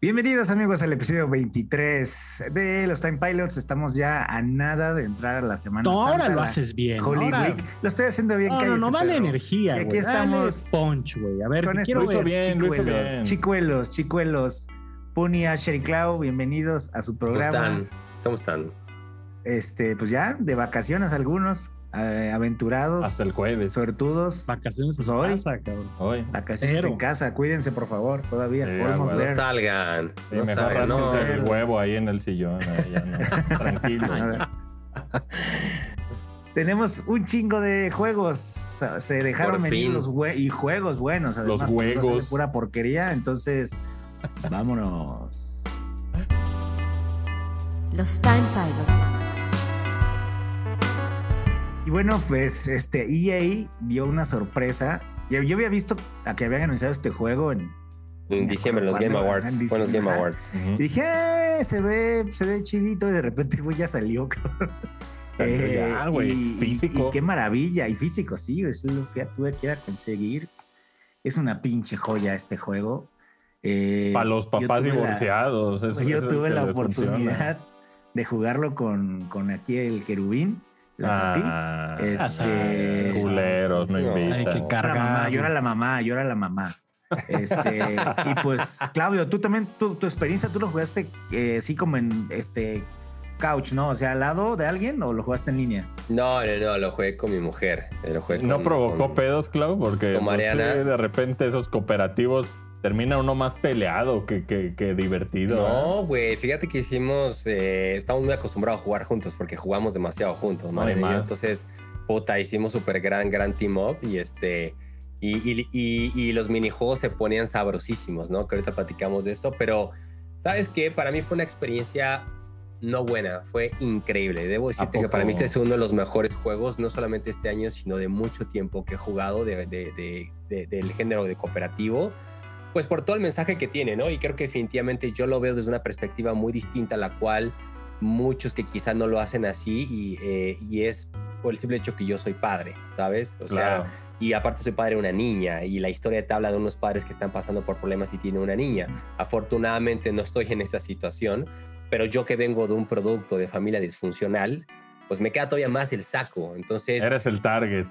Bienvenidos amigos al episodio 23 de los Time Pilots. Estamos ya a nada de entrar a la semana. No, Santa, ahora lo la haces bien. Holy ahora- Week. Lo estoy haciendo bien. No, no, cállese, no vale Pedro. energía. Y aquí güey. estamos Dale punch, güey. A ver, Con te esto- quiero Lo ver. hizo bien, lo hizo Chicuelos, bien. chicuelos, chicuelos. Puni, Asher y Clau, bienvenidos a su ¿Cómo programa. están? ¿Cómo Pues están? Este, pues ya, de vacaciones algunos, eh, aventurados, Hasta el jueves. suertudos, Vacaciones en Pues hoy. casa, cabrón. Hoy. vacaciones Pero- en casa. Cuídense, por favor, todavía. Sí, Podemos aguas. No ver. salgan. Sí, No mejor salgan. No, rásquense el no. huevo ahí en el sillón. ahí ya no. Tranquilo. Tenemos un chingo de juegos. Se dejaron Por venir fin. los jue- y juegos buenos. Además, Los porque no juegos. sale Pura porquería. Entonces, vámonos. Los Time Pilots. Y bueno, pues este EA dio una sorpresa. Yo, yo había visto a que habían anunciado este juego en. en diciembre, los Game Cuando- en Awards. Fue en los diciembre, Game ajá. Awards. Ujú. Y dije, "Eh, se ve, se ve chidito. Y de repente, güey, ya salió, cabrón. Eh, Salió ya, güey, y- y- físico. y qué maravilla. Y físico, sí, güey, sí lo fui a, tuve que ir a conseguir. Es una pinche joya este juego. Eh, Para los yo papás tuve la- divorciados. eso- yo eso es tuve que la les funciona. oportunidad de jugarlo con, con aquí el querubín. Lo tapé. Ah, Este, culeros, no Ay, Ay, invitan. qué Yo era la cargado. mamá, yo era la mamá, yo era la mamá. Este, y pues, Claudio, tú también, tu, tu experiencia, tú lo jugaste eh, así como en este couch, ¿no? O sea, al lado de alguien o lo jugaste en línea. No, no, no, lo jugué con mi mujer. eh, Lo jugué no con- provocó con- pedos, Clau, porque con pues, Mariana. sí, de repente esos cooperativos termina uno más peleado que, que, que divertido. ¿eh? No, güey, fíjate que hicimos, eh, estamos muy acostumbrados a jugar juntos porque jugamos demasiado juntos, madre mía. Además. Entonces, puta, hicimos súper gran, gran team up y este, y, y- y- y los minijuegos se ponían sabrosísimos, ¿no? Que ahorita platicamos de eso, pero ¿sabes qué? Para mí fue una experiencia no buena, fue increíble. Debo decirte que poco? para mí este es uno de los mejores juegos, no solamente este año, sino de mucho tiempo que he jugado de- de- de- de- del género de cooperativo pues por todo el mensaje que tiene, ¿no? Y creo que definitivamente yo lo veo desde una perspectiva muy distinta a la cual muchos que quizá no lo hacen así y, eh, y es por el simple hecho que yo soy padre, ¿sabes? O Claro. sea, y aparte soy padre de una niña y la historia te habla de unos padres que están pasando por problemas y tiene una niña. Afortunadamente no estoy en esa situación, pero yo que vengo de un producto de familia disfuncional, pues me queda todavía más el saco. Entonces, Eres el target.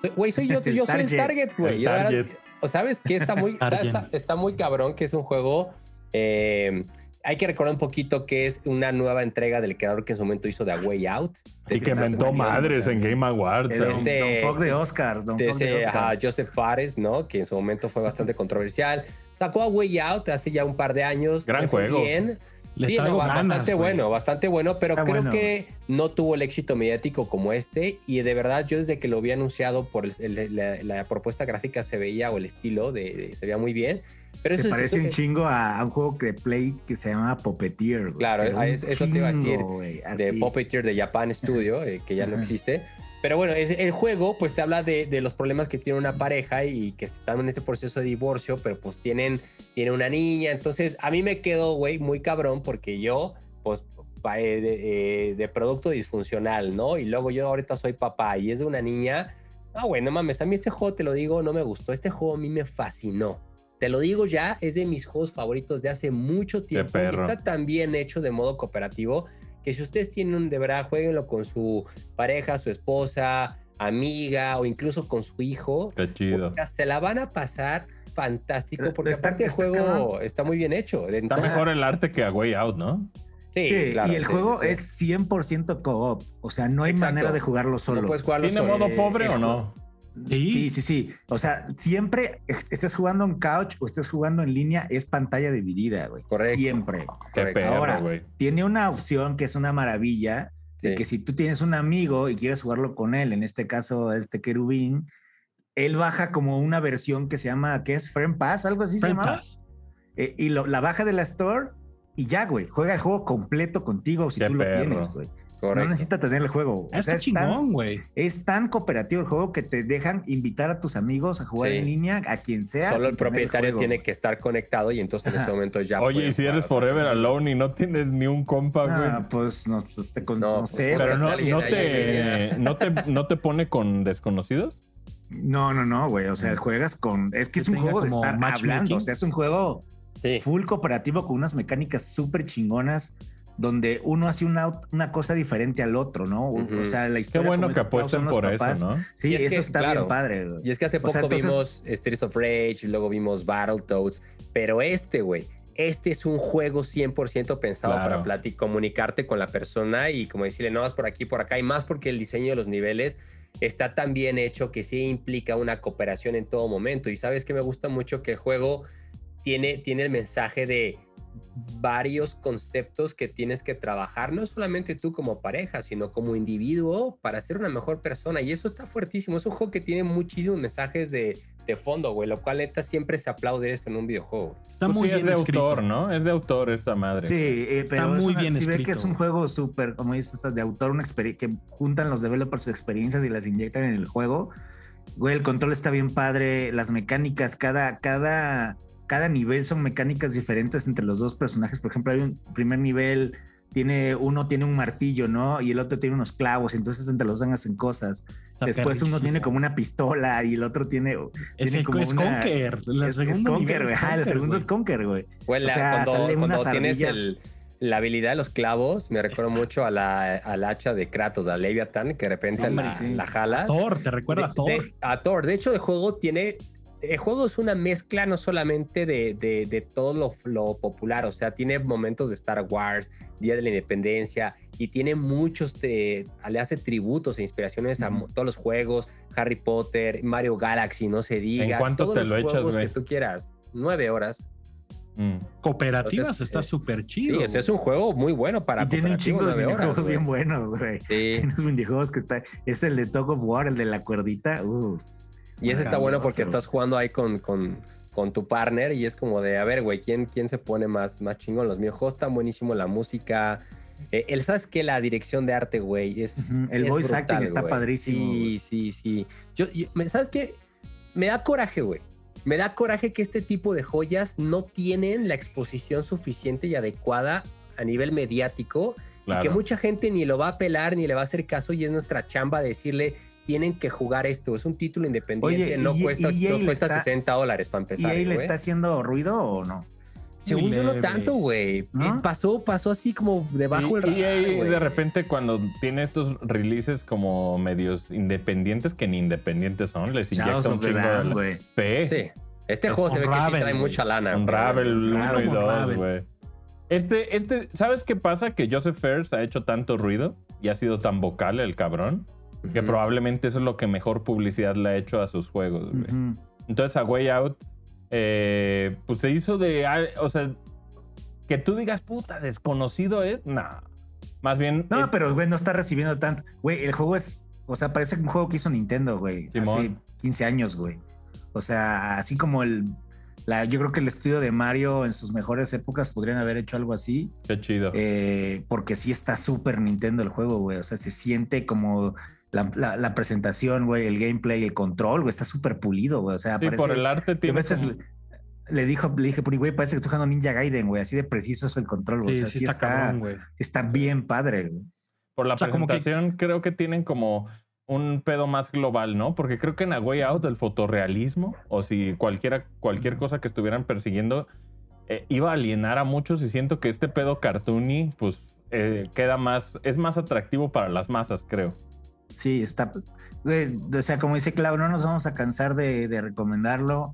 soy- Güey, soy yo, El yo soy el target. target, güey. Er El Yo, la verdad, target. O sabes que está muy, Target. ¿sabes? Está, está muy cabrón que es un juego. eh, hay que recordar un poquito que es una nueva entrega del creador que en su momento hizo de A Way Out. Y que Estás mentó buenísimo, madres en también. Game Awards. Era ¿eh? un Este- Don Fox de Oscars, Don de Fox de Este, ese, ajá, Oscars. Joseph Fares, ¿no? Que en su momento fue bastante controversial. Sacó A Way Out hace ya un par de años. Gran le fue juego. Bien. Le sí, no, traigo ba- ganas, bastante güey. bueno, bastante bueno, pero Está creo bueno. que no tuvo el éxito mediático como este. Y de verdad, yo desde que lo había anunciado por el- el- la, la propuesta gráfica se veía o el estilo de, de- se veía muy bien. Pero eso Se es- parece eso- un chingo a, a un juego de Play que se llama Puppeteer. güey. Claro, Pero a- un es- eso te iba a decir, güey, de así. Puppeteer de Japan Studio, eh, que ya no Ajá. existe. Pero bueno, es, el juego pues te habla de, de los problemas que tiene una pareja y que están en ese proceso de divorcio, pero pues tienen, tienen una niña. Entonces a mí me quedó, güey, muy cabrón porque yo, pues, pa- eh, de, eh, de producto disfuncional, ¿no? Y luego yo ahorita soy papá y es de una niña. Ah, güey, no mames, a mí este juego, te lo digo, no me gustó. Este juego a mí me fascinó. Te lo digo ya, es de mis juegos favoritos de hace mucho tiempo. Y perro. está tan bien hecho de modo cooperativo que si ustedes tienen un de verdad, jueguenlo con su pareja, su esposa, amiga o incluso con su hijo. Qué chido. Puta, Se la van a pasar fantástico Pero porque está- aparte el está juego cabrón. está muy bien hecho. De Está entrada- mejor el arte que a Way Out, ¿no? Sí, Sí, claro, y el sí, juego sí, sí. es 100% co-op. O sea, no hay Exacto. manera de jugarlo solo. No puedes jugarlo ¿Tiene solo. modo eh, pobre o el no? Sí. Sí, sí, sí. O sea, siempre est- estés jugando en couch o estés jugando en línea, es pantalla dividida, güey. Correcto. Siempre. Qué Correcto. Ahora, perro, güey. Tiene una opción que es una maravilla, de Sí. que si tú tienes un amigo y quieres jugarlo con él, en este caso este querubín, él baja como una versión que se llama, ¿qué es? Friend Pass, algo así se Friend llamaba. Pass. Eh, y lo- la baja de la store y ya, güey, juega el juego completo contigo si Qué tú perro. lo tienes, güey. No Correcto. necesitas tener el juego. O Ah, sea, Está es tan- chingón, güey. es tan cooperativo el juego que te dejan invitar a tus amigos a jugar Sí. en línea, a quien sea. Solo sin el tener propietario juego. tiene que estar conectado y entonces en Ajá. ese momento ya. Oye, pueden y si jugar eres otra Forever cosa. Alone y no tienes ni un compa, güey. Ah, pues no, pues, te con- No, no sé. pues, Pero güey. no, alguien no, ahí te, no, te, no te pone con desconocidos. No, no, no, güey. O sea, juegas con. Es que es Que un tenga juego de como estar matchmaking. hablando. O sea, es un juego Sí. full cooperativo con unas mecánicas súper chingonas donde uno hace una, una cosa diferente al otro, ¿no? O- Ujú. O sea, la Qué historia. bueno como que es, todos son apuesten los por papás. eso, ¿no? Sí, Y es eso que, está claro, bien padre. güey. Y es que hace O poco sea, entonces- vimos Streets of Rage, y luego vimos Battletoads, pero este, güey, este es un juego 100% pensado Claro. para plati- comunicarte con la persona y como decirle, no, vas por aquí, por acá, y más porque el diseño de los niveles está tan bien hecho que sí implica una cooperación en todo momento. Y sabes que me gusta mucho que el juego tiene, tiene el mensaje de varios conceptos que tienes que trabajar, no solamente tú como pareja, sino como individuo para ser una mejor persona. Y eso está fuertísimo. Es un juego que tiene muchísimos mensajes de, de fondo, güey, lo cual neta siempre se aplaude esto en un videojuego. Está Pues muy sí, es bien de escrito. autor, ¿no? Es de autor esta madre. Sí, eh, Este, pero Está muy es una- bien sí ve que escrito, es un güey. juego súper, como dices, estas de autor, una experi- que juntan los developers sus experiencias y las inyectan en el juego. Güey, el control está bien padre, las mecánicas, cada, cada, cada nivel son mecánicas diferentes entre los dos personajes. Por ejemplo, hay un primer nivel, tiene, uno tiene un martillo, ¿no? Y el otro tiene unos clavos, entonces entre los dos hacen cosas. Está Después uno perrísimo. tiene como una pistola y el otro tiene... Es, tiene el- como es una- Conker. La es, es segunda nivel Conker, güey. es Ajá, el Conker, segundo güey. es Conker, güey. Güey, la- O sea, cuando, salen cuando unas tienes ardillas. el- la habilidad de los clavos, me recuerda Está. mucho a la, al hacha de Kratos, a Leviathan, que de repente Hombre, la, sí. la jalas. Thor, ¿te recuerda a de- Thor? de- a Thor. De hecho, el juego tiene. El juego es una mezcla no solamente de, de- de todo lo, lo popular, o sea, tiene momentos de Star Wars, Día de la Independencia, y tiene muchos, te- le hace tributos e inspiraciones a Ujú. todos los juegos, Harry Potter, Mario Galaxy, no se diga. cuánto todos te los lo echas, juegos güey? que tú quieras, nueve horas. Mm. Cooperativas Entonces, está eh, súper Sí, chido. o sea, es un juego muy bueno para y tiene un cooperativo, chingo de nueve horas, videojuegos güey. bien buenos, güey. Sí. Hay unos minijuegos que está. Es el de Talk of War, el de la cuerdita. Uf. Y ese está bueno porque Maravilloso. estás jugando ahí con, con, con tu partner y es como de, a ver, güey, ¿quién, quién se pone más, más chingón? Los videojuegos están buenísimo, la música. Eh, el, ¿Sabes que La dirección de arte, güey, es... Ujú, el es voice brutal, acting está güey. padrísimo, Sí, güey. sí, sí. Yo, yo- me- ¿Sabes qué? Me da coraje, güey. Me da coraje que este tipo de joyas no tienen la exposición suficiente y adecuada a nivel mediático y Claro. que mucha gente ni lo va a apelar ni le va a hacer caso y es nuestra chamba decirle tienen que jugar esto, es un título independiente, Oye, no y- cuesta, y EA no le cuesta está- 60 dólares para ¿Y empezar. ahí le güey. está haciendo ruido o no? Según yo no leve. tanto, güey. ¿No? Eh, Pasó, pasó así como debajo y, del y ahí, radar, de güey. repente cuando tiene estos releases como medios independientes que ni independientes son, les Shadows inyecta un of the chingo Lamb, de güey. fe. Sí. Este Es juego se ve que sí Unravel, trae güey. mucha lana. Con güey. Ravel 1 y Claro, 2, Ravel. güey. Este, este, ¿sabes qué pasa? Que Joseph Ferris ha hecho tanto ruido y ha sido tan vocal el cabrón, que Ujú. probablemente eso es lo que mejor publicidad le ha hecho a sus juegos, güey. Ujú. Entonces, a Way Out, eh, pues se hizo de. ah, O sea, que tú digas, puta, desconocido es. Nah. Más bien. este No, es- pero güey, no está recibiendo tanto. Güey, el juego es. O sea, parece un juego que hizo Nintendo, güey. Hace Simón. 15 años, güey. O sea, así como el. La, yo creo que el estudio de Mario en sus mejores épocas podrían haber hecho algo así. Qué chido. Eh, porque sí está súper Nintendo el juego, güey. O sea, se siente como la, la- la presentación, güey, el gameplay, el control, güey, está súper pulido, güey. O sea, sí, parece- por el arte yo a tiene. veces como- le, le dijo, le dije, "Puri, güey, parece que estoy jugando Ninja Gaiden, güey. Así de preciso es el control, güey. Sí, o sea, sí sí está, está, cabrón, güey. está bien padre, güey. Por la O sea, como que- presentación, creo que tienen como un pedo más global, ¿no? Porque creo que en A Way Out el fotorrealismo, o si cualquiera, cualquier cosa que estuvieran persiguiendo, eh, iba a alienar a muchos y siento que este pedo cartoony, pues eh, queda más, es más atractivo para las masas, creo. Sí, está. güey, o sea, como dice Clau, no nos vamos a cansar de, de recomendarlo.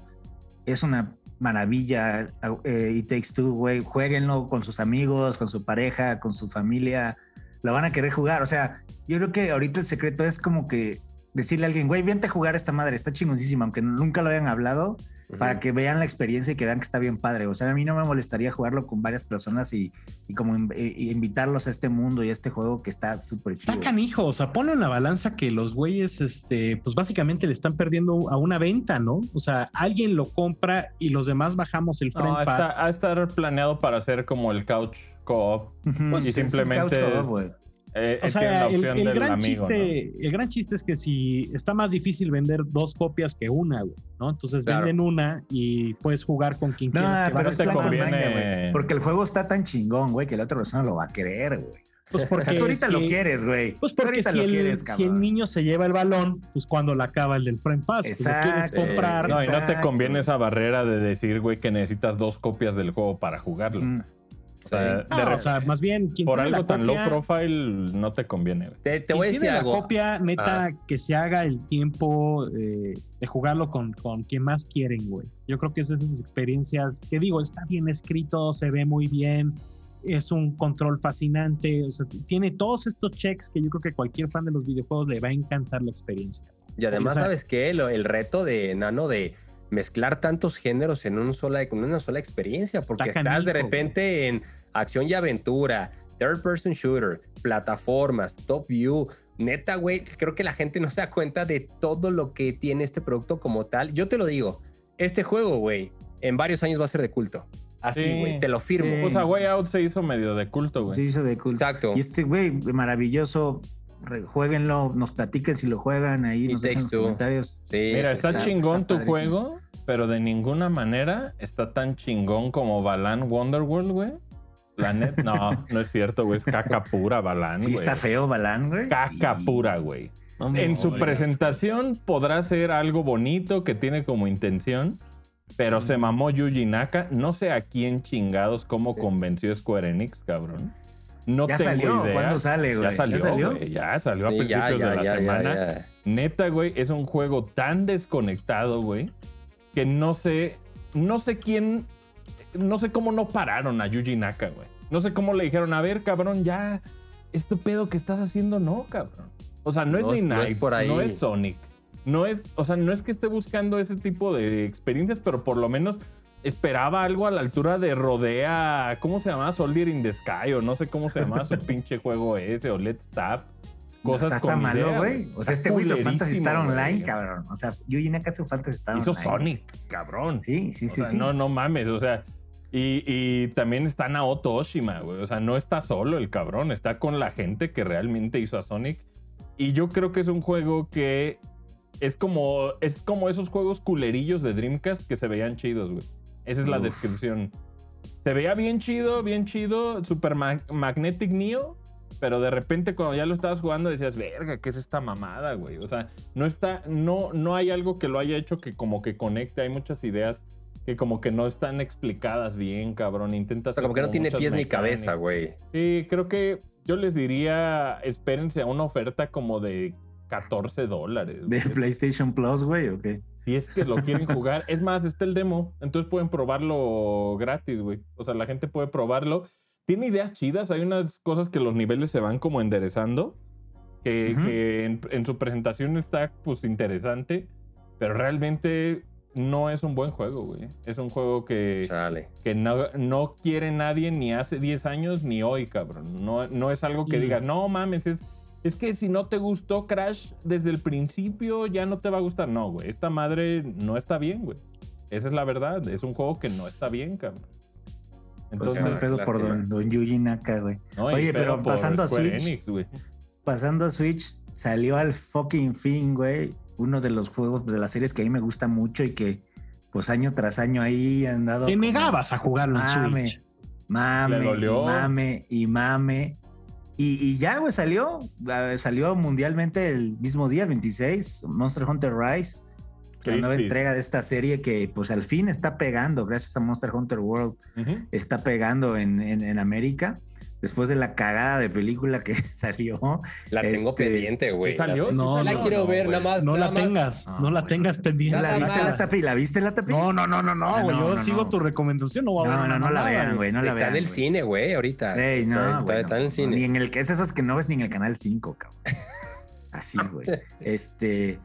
Es una maravilla. Eh, It Takes Two, güey. Jueguenlo con sus amigos, con su pareja, con su familia. La van a querer jugar. O sea, yo creo que ahorita el secreto es como que decirle a alguien, güey, vente a jugar esta madre. Está chingoncísima, aunque nunca lo hayan hablado, Ujú. para que vean la experiencia y que vean que está bien padre. O sea, a mí no me molestaría jugarlo con varias personas y, y como in- y- y invitarlos a este mundo y a este juego que está súper chido. Está canijo, o sea, ponlo en la balanza que los güeyes, este, pues básicamente le están perdiendo a una venta, ¿no? O sea, alguien lo compra y los demás bajamos el front No, pass. está, ha de estar planeado para ser como el couch co-op. Ujú. Pues, Es el simplemente couch co-op, es- güey. Eh, O eh, tiene sea, la el, opción el del gran amigo, chiste, el gran chiste es que si está más difícil vender dos copias que una, güey, ¿no? Entonces Claro. venden una y puedes jugar con quien No, quieras. que Pues pero vale es te plan la con conviene. maña, güey. Porque el juego está tan chingón, güey, que la otra persona lo va a querer, güey. Pues porque O sea, tú ahorita si- lo quieres, güey. Pues Tú porque ahorita si lo el, quieres, si cabrón. el niño se lleva el balón, pues cuando la acaba el del frame pass, pues lo quieres Exacto. comprar. No, y no te Exacto. conviene esa barrera de decir, güey, que necesitas dos copias del juego para jugarlo. Mm. O sea, Ah, de re- o sea, más bien, quien por tiene la algo tan low copia- profile no te conviene. güey. Te, te quien voy a decir tiene algo. Ah. la copia, neta, que se haga el tiempo eh, de jugarlo con, con quien más quieren, güey. Yo creo que es de esas experiencias que digo, está bien escrito, se ve muy bien, es un control fascinante, o sea, tiene todos estos checks que yo creo que cualquier fan de los videojuegos le va a encantar la experiencia. Y además, O sea- ¿sabes qué? Lo- el reto de Nano de mezclar tantos géneros en, un sola, en una sola experiencia, Está porque estás canijo, de güey. repente en acción y aventura, third person shooter, plataformas, top view. Neta, güey, creo que la gente no se da cuenta de todo lo que tiene este producto como tal. Yo te lo digo, este juego, güey, en varios años va a ser de culto. Así, Sí. Pues, güey, te lo firmo. Sí. O sea, Way Out se hizo medio de culto, güey. Se hizo de culto. Exacto. Y este güey, maravilloso. re- Jueguenlo, nos platiquen si lo juegan ahí, Y nos dejan en los Takes Two. comentarios. Sí, Mira, sí, está, está- chingón está tu padrísimo. juego, pero de ninguna manera está tan chingón como Balan Wonderworld, güey. Planet, no, no es cierto, güey. Es caca pura, Balan, Sí, güey. está feo, Balán, güey. Caca Y- pura, güey. No En su mames. presentación podrá ser algo bonito que tiene como intención, pero se mamó Yuji Naka. No sé a quién chingados cómo convenció Square Enix, cabrón. No Ya tengo salió, idea. ¿cuándo sale, güey? ya salió, güey, ya salió a Sí, ya, principios ya, de la ya, ya, semana. ya. Neta, güey, es un juego tan desconectado, güey, que no sé, no sé quién, no sé cómo no pararon a Yuji Naka, güey. No sé cómo le dijeron, a ver, cabrón, ya, este pedo que estás haciendo no, cabrón. O sea, no, No es es- Night, no es por ahí. no es Sonic, no es, o sea, no es que esté buscando ese tipo de experiencias, pero por lo menos esperaba algo a la altura de Rodea, ¿cómo se llamaba? Soldier in the Sky, o no sé cómo se llamaba su pinche juego ese, o Let's Tap. Cosas Cosas o sea, está con malo, idea, güey. O sea, Está este güey hizo culerísimo, Fantasy Star güey. Online, cabrón. O sea, Yuji Naka hizo Fantasy Star Hizo Online. Sonic, cabrón. Sí, sí, O sí. sea, sí. No, no mames, o sea. Y, y también está Naoto Oshima, güey. O sea, no está solo el cabrón, está con la gente que realmente hizo a Sonic. Y yo creo que es un juego que es como, es como esos juegos culerillos de Dreamcast que se veían chidos, güey. Esa es la Uf. descripción. Se veía bien chido, bien chido, Super Ma- Magnetic Neo, pero de repente cuando ya lo estabas jugando decías, verga, ¿qué es esta mamada, güey? O sea, no está, no, no hay algo que lo haya hecho que como que conecte, hay muchas ideas que como que no están explicadas bien, cabrón, intentas... O sea, como que no tiene muchas pies ni mecánicas. cabeza, güey. Sí, creo que yo les diría, espérense a una oferta como de 14 dólares. De güey. PlayStation Plus, güey, ¿o qué? Si es que lo quieren jugar. Es más, está el demo. Entonces pueden probarlo gratis, güey. O sea, la gente puede probarlo. Tiene ideas chidas. Hay unas cosas que los niveles se van como enderezando. Que, Ujú. que en, en su presentación está, pues, interesante. Pero realmente no es un buen juego, güey. Es un juego que, Chale. que no, no quiere nadie ni hace 10 años ni hoy, cabrón. No, no es algo que Y- digas, no mames, es, es que si no te gustó Crash desde el principio ya no te va a gustar. No, güey, esta madre no está bien, güey. Esa es la verdad, es un juego que no está bien, cabrón. Pues Entonces, no pedo por lástima. don, don Yuji Naka, güey. no, y Oye, pedo pero por pasando a Square Switch. Enix, güey. Pasando a Switch, salió al fucking fin, güey. Uno de los juegos de las series que a mí me gusta mucho y que, pues, año tras año ahí han dado. Te como- negabas a jugarlo en Mame. Switch. Mame, Le y dolió. mame y mame. Y, y ya, güey, salió. eh, Salió mundialmente el mismo día, el 26, Monster Hunter Rise. La nueva Crispies. entrega de esta serie que, pues, al fin está pegando, gracias a Monster Hunter World, Ujú. está pegando en, en- en América. Después de la cagada de película que salió. La tengo Este, pendiente, güey. ¿Sí salió? La- ¿Sí No, salió? la no, quiero ver, güey. nada más. No la nada más. tengas, Ah, no la güey. tengas pendiente. ¿La Nada viste la más. tapi? ¿La viste la tapi? No, no, no, no, no, Ah, güey. no, Yo no, sigo no. tu recomendación, no voy a no, ver no, no la mamada, vean, güey, no la está vean. en el güey. cine, güey, ahorita. Ey, no, está, está- güey, está no, en no, el cine. Ni en el que es esas que no ves ni en el canal 5, cabrón. Así, güey. Este.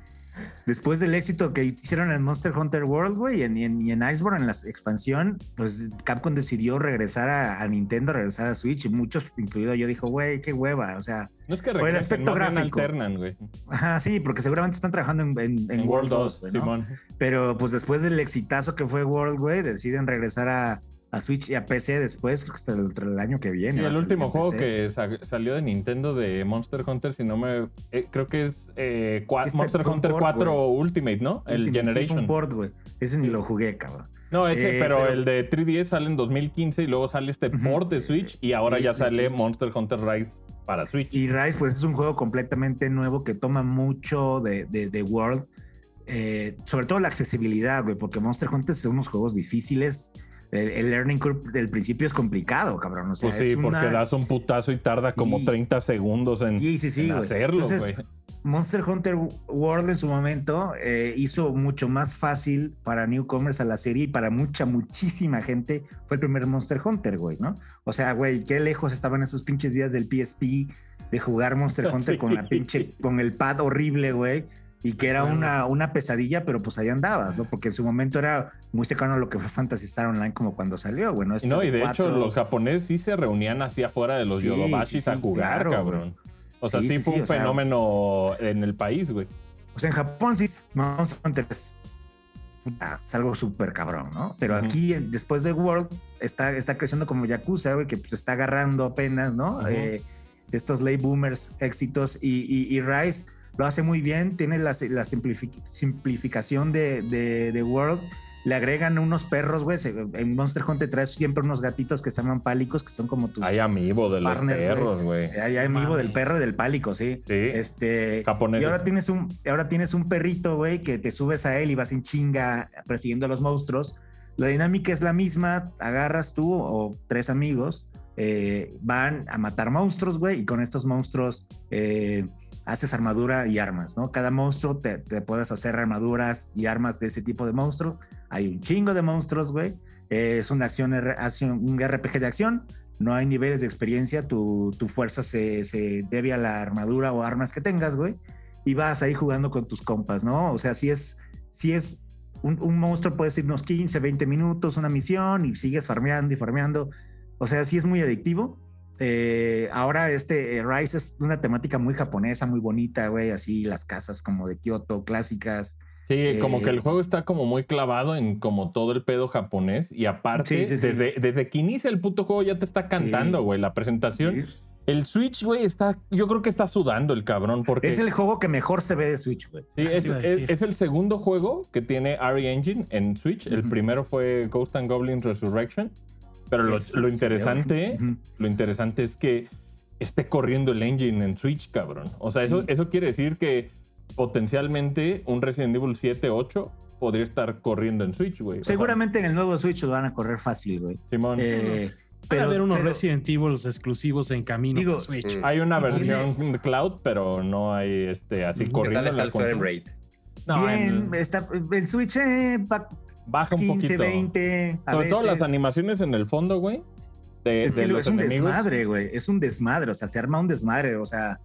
Después del éxito que hicieron en Monster Hunter World, güey, y en, y en, y en Iceborne, en la expansión, pues Capcom decidió regresar a, a Nintendo, regresar a Switch, y muchos, incluido yo, dijo, güey, qué hueva, o sea, No es que Por el regresen, aspecto más bien gráfico. alternan, güey. ajá, sí, porque seguramente están trabajando en, en- en En World 2, güey, ¿no? Simón. Pero pues después del exitazo que fue World, güey, deciden regresar a, a Switch y a PC después, creo que hasta el, el año que viene. Y va a el salir último en juego PC. que sa- salió de Nintendo de Monster Hunter, si no me. eh, creo que es eh, cua- Este Monster fue un Hunter port, 4 Ultimate, ¿no? El Ultimate, sí, fue Generation. un port, güey. Ese ni lo jugué, cabrón. No, ese, Eh, pero, pero- el de 3DS sale en 2015 y luego sale este Ujú. port de Switch y ahora Sí, ya sí, sale sí. Monster Hunter Rise para Switch. Y Rise, pues es un juego completamente nuevo que toma mucho de, de, de World, eh, sobre todo la accesibilidad, güey, porque Monster Hunter son unos juegos difíciles. El, el learning curve del principio es complicado, cabrón. O sea, pues sí, es porque una- das un putazo y tarda como Sí. 30 segundos en, Sí, sí, sí, en güey. hacerlo, Entonces, güey. Monster Hunter World en su momento eh, hizo mucho más fácil para newcomers a la serie y para mucha, muchísima gente fue el primer Monster Hunter, güey, ¿no? O sea, güey, qué lejos estaban esos pinches días del PSP de jugar Monster Hunter con la pinche, con el pad horrible, güey, y que era Claro. una, una pesadilla, pero pues ahí andabas, ¿no? Porque en su momento era muy cercano a lo que fue Fantasy Star Online como cuando salió, güey, ¿no? Y No, y de hecho este Cuatro- los japoneses sí se reunían así afuera de los Sí, yodobashis sí, sí, a jugar, claro, cabrón. O sea, sí, Sí, sí, fue sí, un o sea- fenómeno en el país, güey. O sea, en Japón sí, Monster Hunter es, puta, es algo súper cabrón, ¿no? Pero Ujú. aquí, en- después de World, está, está creciendo como Yakuza, güey, que pues, está agarrando apenas, ¿no? Ujú. Eh, estos late boomers éxitos y, y, y Rise lo hace muy bien, tiene la, la simplifi- simplificación de, de, de World. Le agregan unos perros, güey. se- En Monster Hunter traes siempre unos gatitos que se llaman pálicos, que son como tus. Hay amigo de los partners, güey. perros, güey. Hay amigo del Mames. perro y del pálico, sí. Sí, Este, japoneses. y ahora tienes un, ahora tienes un perrito, güey, que te subes a él y vas en chinga persiguiendo a los monstruos. La dinámica es la misma, agarras tú o tres amigos, eh, van a matar monstruos, güey, y con estos monstruos eh, haces armadura y armas, ¿no? Cada monstruo te, te puedes hacer armaduras y armas de ese tipo de monstruos. Hay un chingo de monstruos, güey. Eh, es una acción, R- acción- un RPG de acción. No hay niveles de experiencia, tu, tu fuerza se, se debe a la armadura o armas que tengas, güey y vas ahí jugando con tus compas, ¿no? O sea, si es, si es un, un monstruo, puedes irnos 15, 20 minutos, una misión y sigues farmeando y farmeando. O sea, sí es muy adictivo. Eh, ahora este eh, Rise es una temática muy japonesa, muy bonita, güey, así las casas como de Kioto, clásicas. Sí, como que el Eh, juego está como muy clavado en como todo el pedo japonés y aparte, Sí, sí, sí. Desde, desde que inicia el puto juego ya te está cantando, Sí. güey, la presentación. Sí. El Switch, güey, está, yo creo que está sudando el cabrón porque... Es el juego que mejor se ve de Switch, güey. Sí, Así es, iba a es- decir. es el segundo juego que tiene RE Engine en Switch. El Ujú. primero fue Ghost and Goblin Resurrection. Pero lo, Es- lo interesante, Ujú. lo interesante es que esté corriendo el engine en Switch, cabrón. O sea, eso, Sí. eso quiere decir que potencialmente un Resident Evil 7, 8 podría estar corriendo en Switch, güey. O sea, Seguramente en el nuevo Switch lo van a correr fácil, güey. Simón, Eh, Puede haber unos pero- Resident Evil exclusivos en camino. Digo, para Switch. hay una tiene- versión cloud, pero no hay este así ¿Qué tal corriendo en está la el frame consola. rate? No, bien, en- está, el Switch eh, va baja un 15, poquito. 20. a Sobre todo las veces. animaciones en el fondo, güey. De, Es de que lo- es los un enemigos. desmadre, güey. Es un desmadre. O sea, se arma un desmadre. O sea,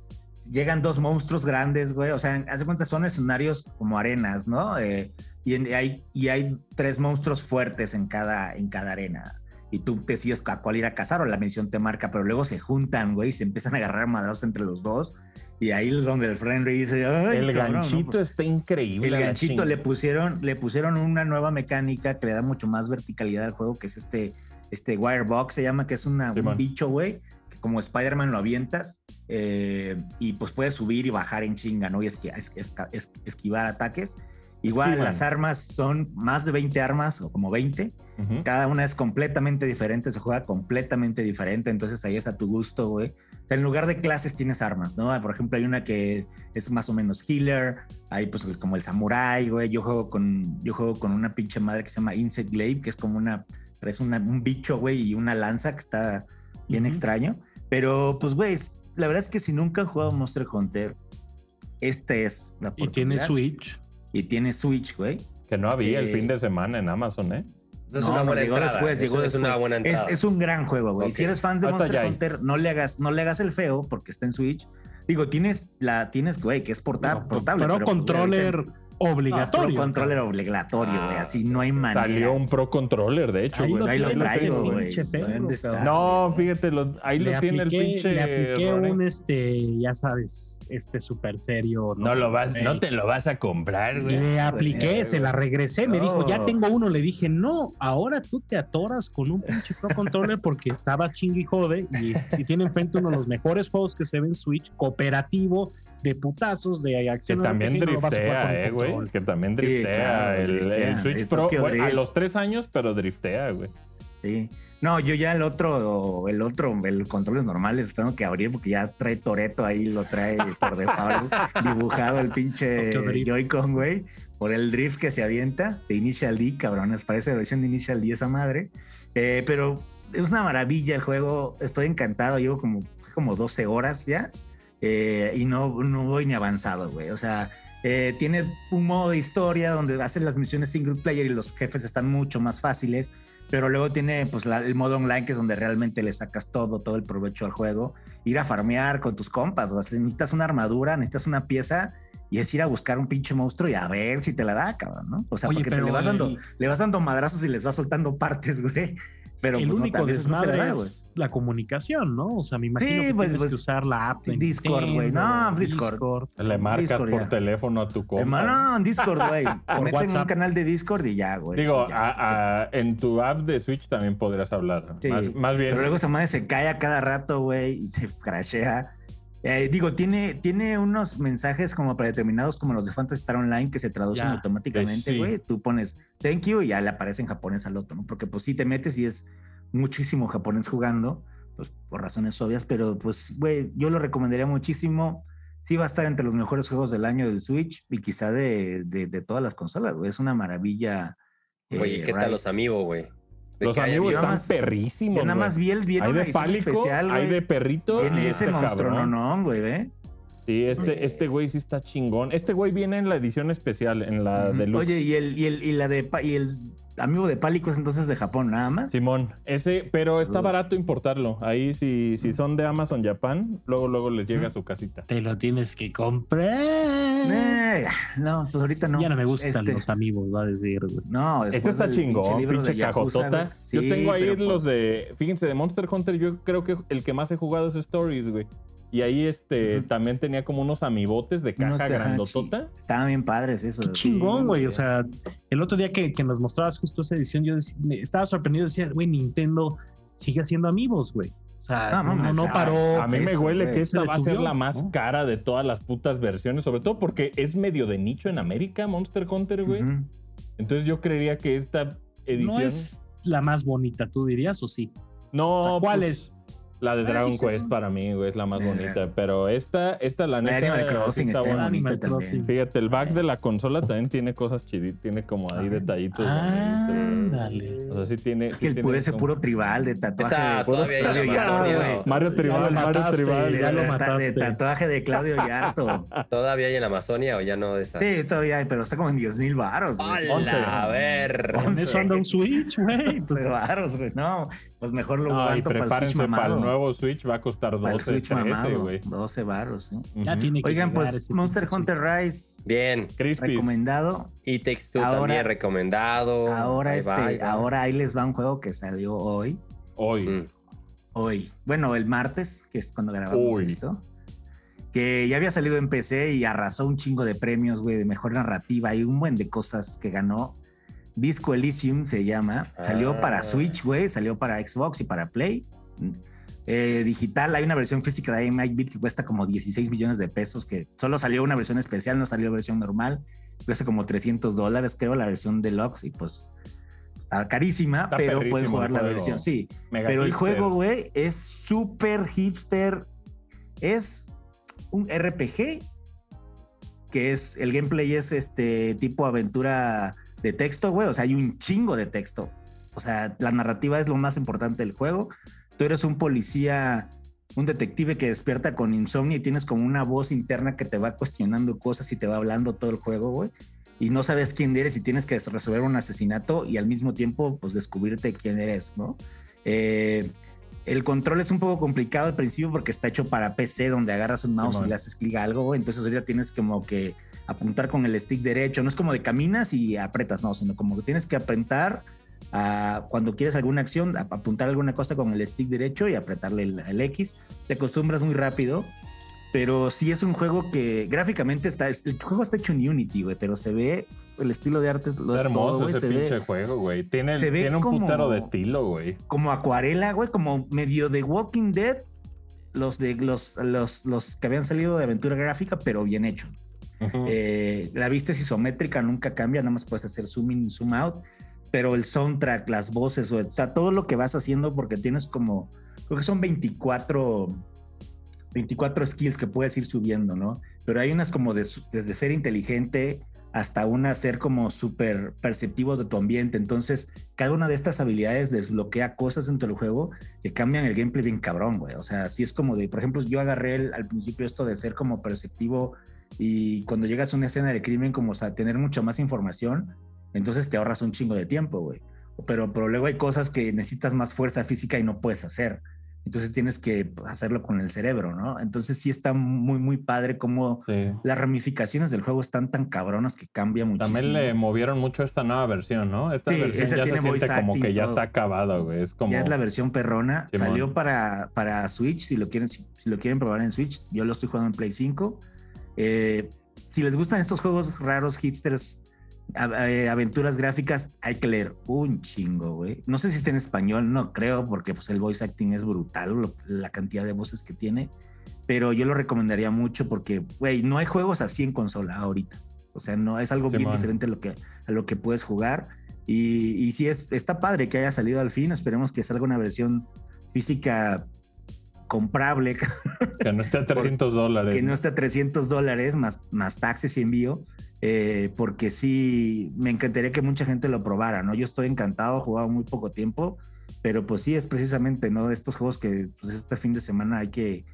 llegan dos monstruos grandes, güey. O sea, hace cuenta son escenarios como arenas, ¿no? Eh, y, en- y hay, y hay tres monstruos fuertes en cada, en cada arena. Y tú decides a cuál ir a cazar o la misión te marca, pero luego se juntan, güey, y se empiezan a agarrar madrazos entre los dos. Y ahí es donde el friend dice, "Ay, El cabrón, ¿no? ganchito está increíble. El la ganchito chinga. le pusieron, le pusieron una nueva mecánica que le da mucho más verticalidad al juego, que es este, este Wirebox, se llama, que es una, Simón. un bicho, güey, que como Spider-Man lo avientas eh, y pues puedes subir y bajar en chinga, ¿no? Y esqui- es- esca- es- esquivar ataques. Igual Esquivan. las armas son más de 20 armas o como 20. Ujú. Cada una es completamente diferente, se juega completamente diferente, entonces ahí es a tu gusto, güey. O sea, en lugar de clases tienes armas, ¿no? Por ejemplo, hay una que es más o menos healer, hay pues es como el samurai, güey. Yo juego con yo juego con una pinche madre que se llama Insect Glaive, que es como una es una- un bicho, güey, y una lanza que está bien Ujú. extraño, pero pues güey, es- la verdad es que si nunca han jugado Monster Hunter, este es la Y tiene oportunidad. Switch. y tiene Switch, güey. Que no había el Eh, fin de semana en Amazon, ¿eh? Eso es No, una no, buena llegó entrada. después, eso llegó es una después. buena entrada. Es, es un gran juego, güey. Ok. Si eres fan de Ahorita Monster ya hay. Hunter, no le hagas, no le hagas el feo porque está en Switch. Digo, tienes la, tienes, güey, que es porta- Pero- portable. pero, pues, güey, controller ahorita- No, obligatorio. Pro controller obligatorio, güey. Así no hay manera. Ah, Salió un Pro Controller, de hecho, Ahí güey. lo ahí lo tiene, traigo, pinche güey. perro, ¿Dónde está? cabrón. No, fíjate, lo- ahí lo tiene el pinche. le apliqué Ronen. un este, ya sabes, este súper serio. No, lo vas, Ey. no te lo vas a comprar, güey. Le apliqué, güey. se la regresé, me dijo, ya No. tengo uno. Le dije, no, ahora tú te atoras con un pinche Pro Controller porque estaba chingui jode y, este, y tiene enfrente uno de los mejores juegos que se ve en Switch, cooperativo, de putazos, de Que acción. también RPG, no vas a jugar con un driftea, eh, güey. control. Que también Sí, driftea. claro, el, el driftea. Switch El Pro, Tokyo güey, a Drift. los tres años, pero driftea, güey. Sí. No, yo ya el otro, el otro, el controles normales tengo que abrir porque ya trae Toreto ahí, lo trae por default dibujado el pinche Tokyo Drift. Joy-Con, güey, por el drift que se avienta de Initial D, cabrones, parece versión de Initial D esa madre. Eh, pero es una maravilla el juego, estoy encantado, llevo como, como 12 horas ya eh, y no, no voy ni avanzado, güey. O sea, eh, tiene un modo de historia donde haces las misiones single player y los jefes están mucho más fáciles pero luego tiene pues la- el modo online que es donde realmente le sacas todo, todo el provecho al juego, ir a farmear con tus compas, o sea, necesitas una armadura, necesitas una pieza y es ir a buscar un pinche monstruo y a ver si te la da, cabrón, ¿no? O sea, Oye, porque te pero le vas el- dando, le vas dando madrazos y les vas soltando partes, güey. Pero el pues, no, único a veces no te la desmadre da, güey. es la comunicación, ¿no? O sea, me imagino Sí, que pues, tienes pues, que usar la app de Discord, güey. Nintendo, No, Discord. Le marcas Discord, por ya. teléfono a tu compa. Hermano, en Discord, güey. Meten un WhatsApp. canal de Discord y ya, güey. Digo, Ya. a- a- en tu app de Switch también podrías hablar. Sí. Más, más bien. Pero luego esa madre se cae a cada rato, güey, y se crashea. Eh, digo, tiene, tiene unos mensajes como predeterminados, como los de Fantasy Star Online, que se traducen Ya, automáticamente, sí. güey. Tú pones thank you y ya le aparece en japonés al otro, ¿no? Porque pues sí te metes y es muchísimo japonés jugando, pues por razones obvias, pero pues, güey, yo lo recomendaría muchísimo. Sí va a estar entre los mejores juegos del año del Switch y quizá de, de- de todas las consolas, güey. Es una maravilla. Oye, eh, ¿qué tal los Rise. amigos, güey? De los que haya amigos yo habido- nada están más- perrísimos. Yo nada güey. más vi el viene hay una de edición pálico, especial, hay güey. de perrito. y Viene ese este cabrón. monstruo, güey, ¿ve? Sí, este, Oye. este güey sí está chingón. Este güey viene en la edición especial, en la Ujú. deluxe. Oye, y el, y el, y la de pa- y el amigo de Pálico es entonces de Japón, nada más. Simón, ese, pero está Ugh. barato importarlo. Ahí si, si son de Amazon Japan, luego, luego les llega a Ujú. su casita. Te lo tienes que comprar. Eh, no, pues ahorita no. ya no me gustan Este, los amigos, va a decir, güey. No, Este después está del chingón, pinche, libro de Yakuza, cajotota. güey. yo Sí, tengo ahí pero, pues, los de, fíjense, de Monster Hunter, yo creo que el que más he jugado es Stories, güey. Y ahí este Ujú. también tenía como unos amibotes de caja unos, ajá, grandotota. chi- Estaban bien padres esos. Qué chingón, güey. O sea, el otro día que, que nos mostrabas justo esa edición, yo decí- me estaba sorprendido. Decía, güey, Nintendo sigue haciendo amigos, güey. O sea, No, no, mames, no ah, paró. A mí me Eso, huele güey. que esta Se va a ser detuvió, la más ¿no? cara de todas las putas versiones, sobre todo porque es medio de nicho en América, Monster Hunter, güey. Ujú. Entonces yo creería que esta edición. No es la más bonita, tú dirías, o sí. O sea, No, ¿Cuál pues, es? La de Dragon quisiera. Quest para mí, güey, es la más Ajá. bonita. Pero esta, esta la La de neta. Animal Crossing sí está está buena. bueno. bonita Animal también. Crossing. Fíjate, el back de la consola también tiene cosas chiditas, tiene como ahí detallitos bonitos. Ándale. O sea, sí tiene. Ah. Es sí que el tiene pude ese como- puro tribal de tatuaje. Esa de- puro todavía ya Claudio la Yarto, mataste, güey. güey. Mario Ya Tribal, lo Mario mataste, Tribal. ya De- lo de- De mataste. tatuaje de Claudio Yarto. ¿Todavía hay en Amazonia o ya no de esa? Sí, todavía, pero está como en 10 mil baros. güey. ¡Hala! Once. A ver. pues, Con Once. eso anda un Switch, güey. Once Pues, varos, güey. No, pues mejor lo No, y aguanto para el Switch prepárense para mamado. el nuevo Switch, va a costar Para el 12, Switch 13, mamado. güey. 12 varos, ¿eh? ya Ujú. tiene que Oigan, llegar pues ese Monster pinche Hunter Rise Bien. Crispies. recomendado. Y Takes Two Ahora- también recomendado. Ahora Oh, Ahí este, va, ahí va. ahora ahí les va un juego que salió hoy, Hoy. Mm. hoy. Bueno, el martes, que es cuando grabamos Hoy. esto. Que ya había salido en PC y arrasó un chingo de premios, güey, de mejor narrativa y un buen de cosas que ganó. Disco Elysium se llama. Salió Ah. para Switch, güey, salió para Xbox y para Play. Eh, digital, hay una versión física de IMAX Beat que cuesta como 16 millones de pesos, que solo salió una versión especial, no salió versión normal. Cuesta como 300 dólares, creo, la versión deluxe y pues está carísima, Está pero perrísimo pueden el jugar la juego. versión, sí. Mega Pero el hipster. juego, güey, es súper hipster. Es un RPG que es el gameplay es este tipo aventura de texto, güey. O sea, hay un chingo de texto. O sea, la narrativa es lo más importante del juego. Tú eres un policía, un detective que despierta con insomnio y tienes como una voz interna que te va cuestionando cosas y te va hablando todo el juego, güey. Y no sabes quién eres y tienes que resolver un asesinato y al mismo tiempo, pues, descubrirte quién eres, ¿no? Eh, el control es un poco complicado al principio porque está hecho para PC, donde agarras un mouse Simón. y le haces clic a algo, güey. Entonces ahorita tienes como que apuntar con el stick derecho. No es como de caminas y apretas, no, sino como que tienes que apretar a- cuando quieres alguna acción, a- apuntar alguna cosa con el stick derecho y apretarle el, el X. Te acostumbras muy rápido. Pero sí es un juego que gráficamente está. El juego está hecho en Unity, güey, pero se ve. El estilo de arte es lo Está es todo, hermoso güey, ese se pinche ve juego, güey. Tiene, se ve tiene un como- putero de estilo, güey. como acuarela, güey, como medio de Walking Dead, los de los, los, los que habían salido de aventura gráfica, pero bien hecho. Ujú. Eh, la vista es isométrica, nunca cambia, nada más puedes hacer zoom in, zoom out, pero el soundtrack, las voces, o sea, todo lo que vas haciendo porque tienes como, creo que son 24, 24 skills que puedes ir subiendo, ¿no? Pero hay unas como de su- desde ser inteligente hasta una ser como súper perceptivos de tu ambiente, entonces cada una de estas habilidades desbloquea cosas dentro del juego que cambian el gameplay bien cabrón, güey. O sea, así es como de, por ejemplo, yo agarré el- al principio esto de ser como perceptivo y cuando llegas a una escena de crimen, como, o sea, tener mucha más información, entonces te ahorras un chingo de tiempo, güey. Pero, pero luego hay cosas que necesitas más fuerza física y no puedes hacer. Entonces tienes que hacerlo con el cerebro, ¿no? Entonces sí está muy, muy padre cómo Sí. las ramificaciones del juego están tan cabronas que cambia muchísimo. También le movieron mucho esta nueva versión, ¿no? Esta Sí, versión esa ya se tiene siente voice como que acting, ya todo. está acabada, güey. Es como. Ya es la versión perrona. Simón. Salió para, para Switch, si lo, quieren, si, si lo quieren probar en Switch. Yo lo estoy jugando en Play 5. Eh, si les gustan estos juegos raros, hipsters, a- eh, aventuras gráficas, hay que leer un chingo, güey. No sé si está en español, no creo, porque pues, el voice acting es brutal, lo- la cantidad de voces que tiene. Pero yo lo recomendaría mucho porque, güey, no hay juegos así en consola ahorita. O sea, no es algo bien Simón. diferente a lo que, a lo que puedes jugar. Y, y sí, es, está padre que haya salido al fin. Esperemos que salga una versión física comprable, Que no esté a 300 dólares. que no esté a 300 dólares más, más taxes y envío. eh, porque sí, me encantaría que mucha gente lo probara, ¿no? Yo estoy encantado, he jugado muy poco tiempo, pero pues sí, es precisamente, ¿no? De estos juegos que pues, este fin de semana hay que,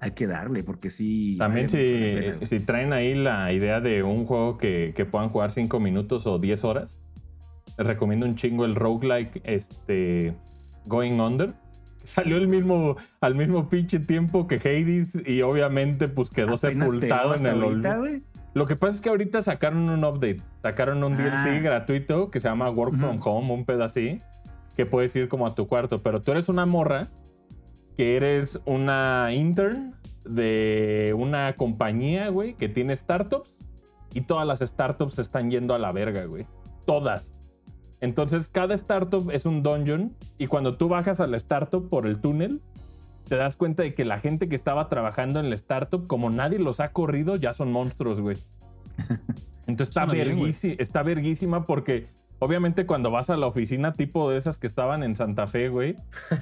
hay que darle, porque sí. También vale mucho la si, pena, güey. si traen ahí la idea de un juego que, que puedan jugar 5 minutos o 10 horas, les recomiendo un chingo el roguelike este, Going Under. Salió el mismo, al mismo pinche tiempo que Hades y obviamente pues quedó Apenas pegó sepultado en hasta el ahorita, olvido. güey. Lo que pasa es que ahorita sacaron un update, sacaron un Ah. DLC gratuito que se llama Work from Ujú. Home, un pedo así, que puedes ir como a tu cuarto, pero tú eres una morra que eres una intern de una compañía, güey, que tiene startups y todas las startups se están yendo a la verga, güey. Todas. Entonces, cada startup es un dungeon y cuando tú bajas a la startup por el túnel, te das cuenta de que la gente que estaba trabajando en la startup, como nadie los ha corrido, ya son monstruos, güey. Entonces está, Suena bien, güey. verguísi- está verguísima porque obviamente cuando vas a la oficina tipo de esas que estaban en Santa Fe, güey,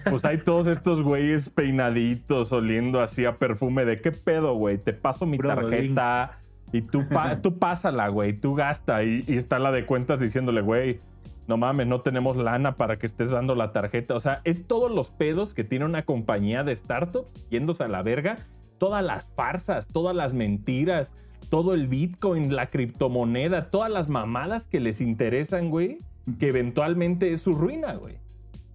pues hay todos estos güeyes peinaditos, oliendo así a perfume de qué pedo, güey, te paso mi Puro godín. tarjeta y tú, pa- tú pásala, güey, tú gasta y, y está la de cuentas diciéndole, güey, no mames, no tenemos lana para que estés dando la tarjeta. O sea, es todos los pedos que tiene una compañía de startups yéndose a la verga, todas las farsas, todas las mentiras, todo el Bitcoin, la criptomoneda, todas las mamadas que les interesan, güey, que eventualmente es su ruina, güey.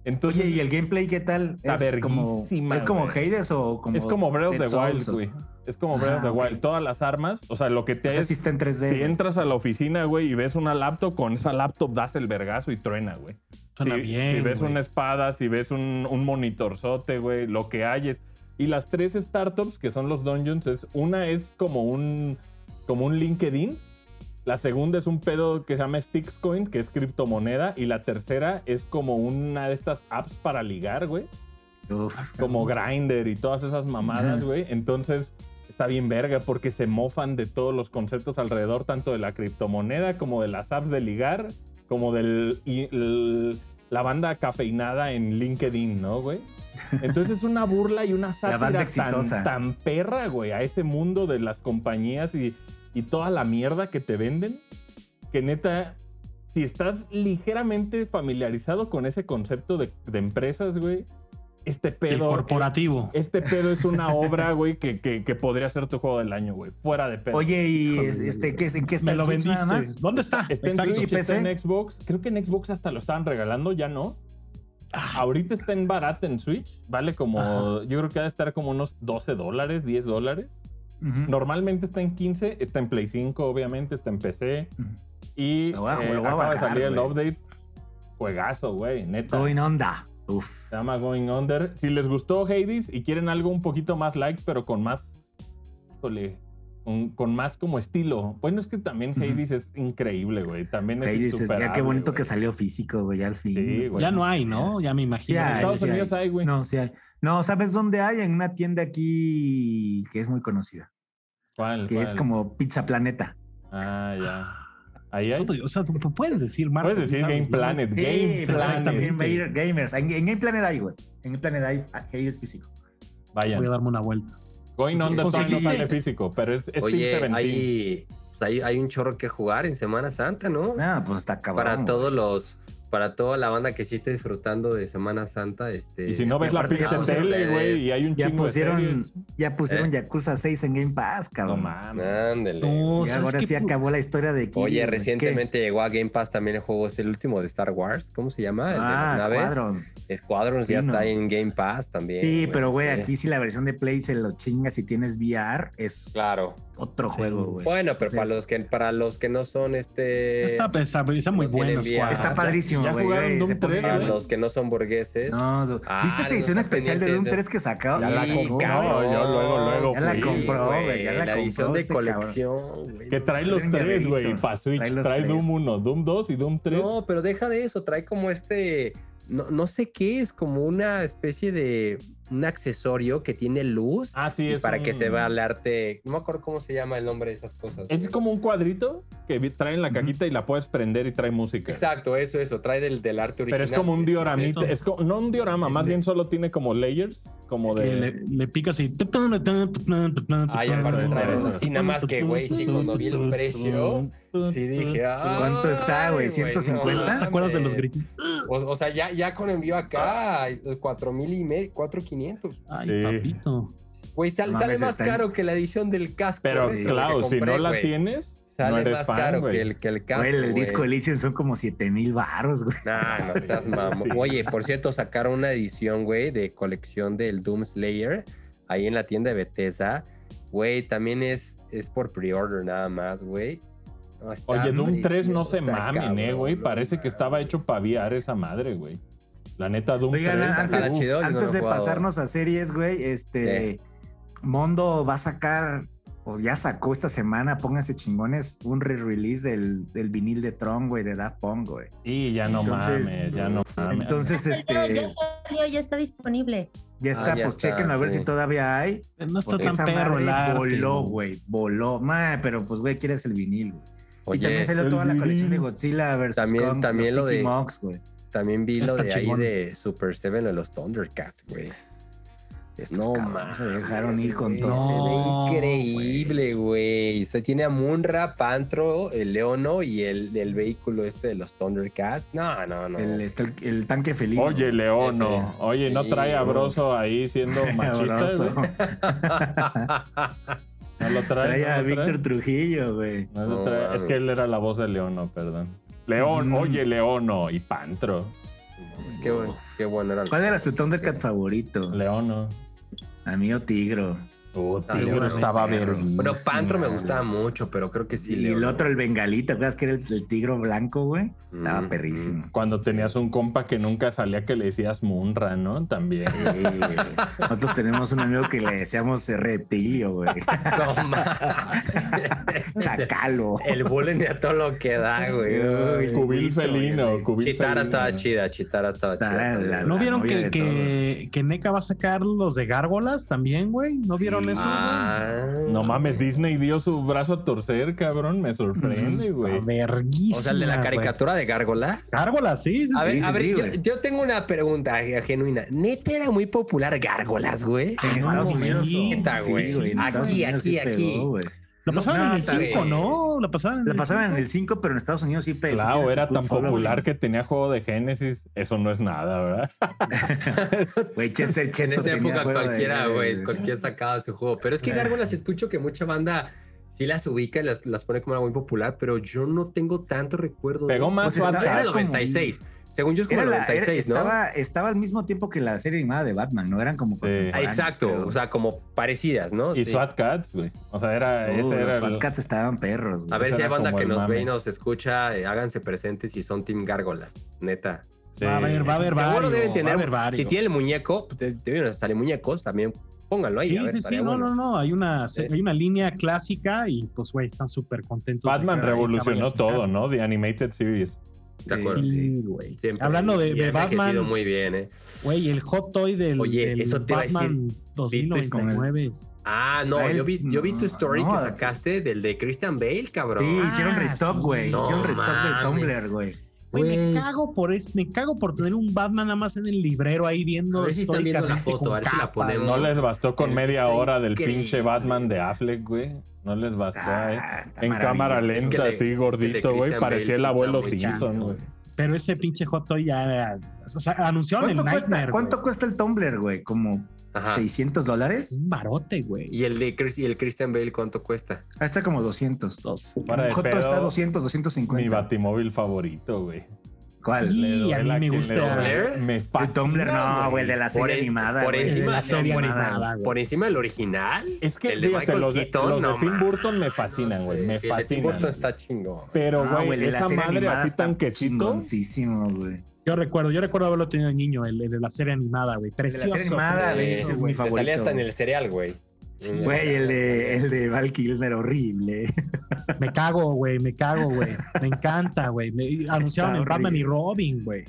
Entonces, Oye, ¿y el gameplay qué tal? Está como, verguísima, ¿Es como güey. Hades o como.? es como Breath of Dead the Wild, Souls o- güey. Es como Ah, Breath of the ok. Wild. Todas las armas, o sea, lo que te O sea, es- sí está en 3D. si güey. entras a la oficina, güey, y ves una laptop, con esa laptop das el vergazo y truena, güey. Suena si, bien. si ves güey. una espada, si ves un, un monitorzote, güey, lo que hay es. Y las tres startups que son los dungeons, es, una es como un, como un LinkedIn. La segunda es un pedo que se llama Stixcoin, que es criptomoneda. Y la tercera es como una de estas apps para ligar, güey Uf. como Grinder y todas esas mamadas, Ajá. güey. Entonces está bien verga porque se mofan de todos los conceptos alrededor, tanto de la criptomoneda como de las apps de ligar, como del y- l- la banda cafeinada en LinkedIn, ¿no, güey? Entonces es una burla y una La banda sátira tan, exitosa. tan perra, güey, a ese mundo de las compañías y, y toda la mierda que te venden, que neta, si estás ligeramente familiarizado con ese concepto de, de empresas, güey, este El pedo corporativo. este pedo es una obra, güey, que, que- que podría ser tu juego del año, güey. Fuera de pedo. Oye, ¿y Híjole, es- güey. este, ¿qué, es- ¿en qué está Me el lo Switch nada bendices. más? ¿Dónde está? está en Exacto. Switch, ¿Y está PC? en Xbox. Creo que en Xbox hasta lo estaban regalando, ya no. Ahorita está en barato en Switch. Vale como, Ajá. yo creo que ha de estar como unos 12 dólares, 10 dólares. Ujú. Normalmente está en 15, está en Play 5, obviamente, está en PC. Ujú. Y Lo voy a- eh, lo voy a acaba de bajar, salir el güey. update. Juegazo, güey, neta. Going onda. Uf. Se llama Going Under. Si les gustó Hades y quieren algo un poquito más light, pero con más híjole, con, con más como estilo. Bueno, es que también Ujú. Hades es increíble, güey. También es Ahí dices, ya qué insuperable, bonito que güey. salió físico, güey, al fin. Sí, güey. Ya no hay, ¿no? Ya me imagino. Ya, En Estados sí hay. Unidos hay, güey. No, sí hay. No, ¿sabes dónde hay? En una tienda aquí que es muy conocida, ¿Cuál, que es cuál? como Pizza Planeta. Ah, ya. Ahí hay. Todo- o sea, tú puedes decir marcas, Puedes decir ¿sabes? Game Planet, Game Sí, pero hay también va a Planet. ir gamers. En, en Game Planet hay, güey. En Game Planet hay a- Hades físico. Voy a Vayan. darme una vuelta. Going on the Pues, Town no sí, sí, sale sí. físico, pero es, es Oye, Team 17. hay, pues, hay, hay un chorro que jugar en Semana Santa, ¿no? Ah, pues está cabrón. para güey. todos los, para toda la banda que sí esté disfrutando de Semana Santa, este. Y si no ves la aparte ya pinche pusieron tele, güey, y hay un Ya chingo pusieron- de series. Ya pusieron Eh. Yakuza 6 en Game Pass, No cabrón. mames. Ándele. No, Y ¿sabes ahora qué? sí acabó la historia de Kirby. Oye, güey. ¿Qué? recientemente llegó a Game Pass también el juego, es el último de Star Wars, ¿cómo se llama? El de Ah, las naves. Squadrons. Squadrons ya Sí, no. está en Game Pass también. Sí, pero güey, sí. aquí si la versión de Play se lo chinga si tienes VR, es Claro. otro juego, güey. Bueno, pero Entonces, para los que para los que no son este Está, pues, está, está muy no tienen bueno, VR. Squad. Está ya- padrísimo, ya güey. jugaron güey, Doom se pone 3, para bien. güey. los que no son burgueses. No, du- Ah, ¿viste esa no edición está especial de pendiente, Doom no. 3 que sacó? Ya la Sí, compró, cabrón. yo luego, luego Ya la fui, compró, güey, ya la edición compró de este cabrón. colección. güey, Que no trae los Traen tres, güey, guerrerito. para Switch. Trae los Trae tres. Doom 1, Doom 2 y Doom 3. No, pero deja de eso, trae como este, no, no sé qué es, como una especie de un accesorio que tiene luz Ah, sí, y es para que un- se vea el arte. No me acuerdo cómo se llama el nombre de esas cosas. Es güey. como un cuadrito que vi- trae en la Ujú. cajita y la puedes prender y trae música. Exacto, eso, eso, trae del, del arte original. Pero es como un dioramita, Esto- es co- no un diorama, más bien solo tiene como layers, como Que le, de... le picas y. Ay, ya para entrar eso. Sí, nada más que, güey, sí, cuando vi el precio, Sí, dije, ah. ¿Cuánto está, güey? ¿150? ¿Te acuerdas de los gritos? O, o sea, ya, ya con envío acá, cuatro mil y medio, cuatro quinientos. Ay, Sí. papito. Güey, sal- No sale mames, más está en- caro que la edición del casco. Pero güey, claro, que si compré, no la güey. tienes, no Sale eres más fan, caro güey. que el, que el casco. Güey, el disco güey. Elysium son como 7000 baros, güey. Nah, no seas mamón. Sí. Oye, por cierto, sacaron una edición, güey, de colección del Doom Slayer ahí en la tienda de Bethesda. Güey, también es, es por pre-order nada más, güey. No, está Oye, Doom 3 no se preciosa, mamen, eh, cabrón, güey. no Parece que estaba hecho para viar esa madre, güey. La neta, Doom Oigan, 3... antes, Está chido, digo, antes no he de jugado. pasarnos a series, güey, este Mondo va a sacar, o ya sacó esta semana, pónganse chingones, un re-release del, del vinil de Tron, güey, de Daft Punk, güey. Y ya no Entonces- mames, ya no Ah, mames. Entonces, este, Ya salió, ya está disponible. ya está, Ah, ya pues está, chequen a ver sí. si todavía hay. No está Porque tan Esa perro el madre arte. voló, güey, voló. Ma, pero pues, güey, quieres el vinil, güey. Oye, y también salió el toda la colección de vinil. Godzilla versus También- Kong, también los lo Tiki de- Mox, güey. También vi lo Están de ahí chingones. de Super Seven de los Thundercats, güey. Estos no cabrones mames, se dejaron ir con güey, todo. No, Se ve increíble, güey. Se tiene a Munra, Pantro, el Leono y el, el vehículo este de los Thundercats. No, no, no. El, este, el- el tanque feliz. Oye, güey. Leono. Ese. Oye, ¿no Sí, trae a güey. Broso ahí siendo machista, Sabroso. güey? No lo Trae trae. no a lo trae. Víctor Trujillo, güey. No lo No trae. mames. Es que él era la voz de Leono, perdón. León, Mm. oye, Leono y Pantro. Es que, bueno, qué bueno era. ¿Cuál era tu Thundercat favorito? Leono. A mí o Tigro. Oh, Ah, Tigro Leono. estaba Perro. verguísima. Bueno, Pantro me gustaba mucho, pero creo que sí. y el Leono. otro, el bengalita, ¿te acuerdas que era el, el tigro blanco, güey? Mm, Estaba mm. perrísimo. Cuando tenías un compa que nunca salía que le decías Munra, ¿no? También. Sí, güey. Nosotros tenemos un amigo que le decíamos eh, reptilio, güey. No mames. Chacalo. El bullying a todo lo que da, güey. eh, Uy, Uy. Cubil Cubilito, felino, güey. cubil Chitara felino. estaba chida, Chitara estaba Está chida. la- también. ¿No vieron novia que, de que, que NECA va a sacar los de gárgolas también, güey? ¿No vieron Sí. eso? Ah. No mames, Disney dio su brazo a torcer, cabrón. Me sorprende, güey. Verguísima. O sea, el de la güey. caricatura de Gárgola. Gárgolas, sí. sí, A sí. ver, sí, a ver, sí, yo, güey. yo tengo una pregunta eh, genuina. ¿Neta era muy popular Gárgolas, güey? En Estados No, Unidos. sí, neta, güey. en Aquí, Estados Unidos aquí, sí aquí. pegó, güey. La pasaban No, en el tal 5, vez. ¿no? La pasaban en La el pasaban en cinco. el 5, pero en Estados Unidos sí pegó. Claro, era tan popular que tenía juego de Genesis. Eso no es nada, ¿verdad? Güey, Chester En Cheto esa tenía época juego de- cualquiera, de- güey, cualquiera sacaba su juego. Pero es que Gárgolas escucho que mucha banda sí las ubica y las, las pone como algo muy popular, pero yo no tengo tanto recuerdo. de Pegó eso. más Pues estaba- Era Fantasy. el 96. Según yo es como Era el la- era- 96, ¿no? estaba, estaba al mismo tiempo que la serie animada de Batman, ¿no? Eran como. Sí. Ah, contemporáneos, Exacto, pero- o sea, como parecidas, ¿no? Y Pues Sí. SWAT Cats, güey. O sea, era. Uh, Ah, ese era los el- Fat Cats estaban perros. güey. A ver Ese si hay era banda como que el nos mame. ve y nos escucha, eh, háganse presentes si son Team Gárgolas, neta. Sí. Va a haber, va a haber Seguro varios. deben va a tener. haber varios. Si tiene el muñeco, pues, te, te- sale muñecos, también pónganlo ahí. Sí, a ver, sí, sí, estaría no, bueno. no, no, hay una, se- Eh. hay una línea clásica y pues, güey, están súper contentos. de Batman que ahora revolucionó esta vaya a todo, ¿no? The Animated Series. De acuerdo, sacar. sí. Sí, güey. Siempre. Hablando de, Y de ha envejecido Batman, muy bien, ¿eh? güey, el hot toy del, Oye, del eso te iba a decir. Batman 2099. Ah, no, Bale, yo vi, yo vi tu no, story no, que sacaste del de Christian Bale, cabrón. Ah, Sí, hicieron Ah, restock, sí. güey. No hicieron restock mames. del Tumblr, güey. Güey, me Güey. cago por es, me cago por tener un Batman nada más en el librero ahí viendo. A ver si están viendo la históricamente foto, con a ver si la capa, ponemos. ¿no? No les bastó con Está media hora del increíble. pinche Batman de Affleck, güey. No les bastó, eh. Ah, está En cámara maravilloso. lenta, Es que le- es que así le gordito, güey. Christian Parecía Bale el sí abuelo está muy Simpson, chato, güey. Pero ese pinche hot toy ya, o sea, anunciaron el ¿Cuánto, cuesta, Nightmare. ¿cuánto güey. cuesta el Tumblr, güey? ¿Como Ajá. 600 dólares? Un barote, güey. ¿Y el de Chris- y el Christian Bale cuánto cuesta? Ah, está como 200. Dos. Para de Joto está pedo, 200, mi 250. batimóvil favorito, güey. ¿Cuál? Sí, Le a duele mí me quien le gusta. duele. Me El fascina, Tumblr, no, güey, el de la serie Por- animada. por güey. encima De de la serie animada. güey. ¿Por encima del original? Es que El de fíjate, Michael los, de, Keaton, los de no Tim mames. Burton me No fascinan, güey. sé, me sí, El de Tim fascinan. Burton está chingón. Pero, Ah, güey, güey, el de la esa serie madre animada así está tan quesito. Chingoncísimo, güey. Yo recuerdo, yo recuerdo haberlo tenido de niño, el, el de la serie animada, güey. El de Precioso. la serie animada, Sí, güey, ese es mi Te salía favorito. hasta en el cereal, güey. Güey, el de, el de Val Kilmer, horrible. precioso. Me cago, güey, me cago, güey. Me encanta, güey. Me- y Anunciaron en horrible. Batman y Robin, güey. Güey.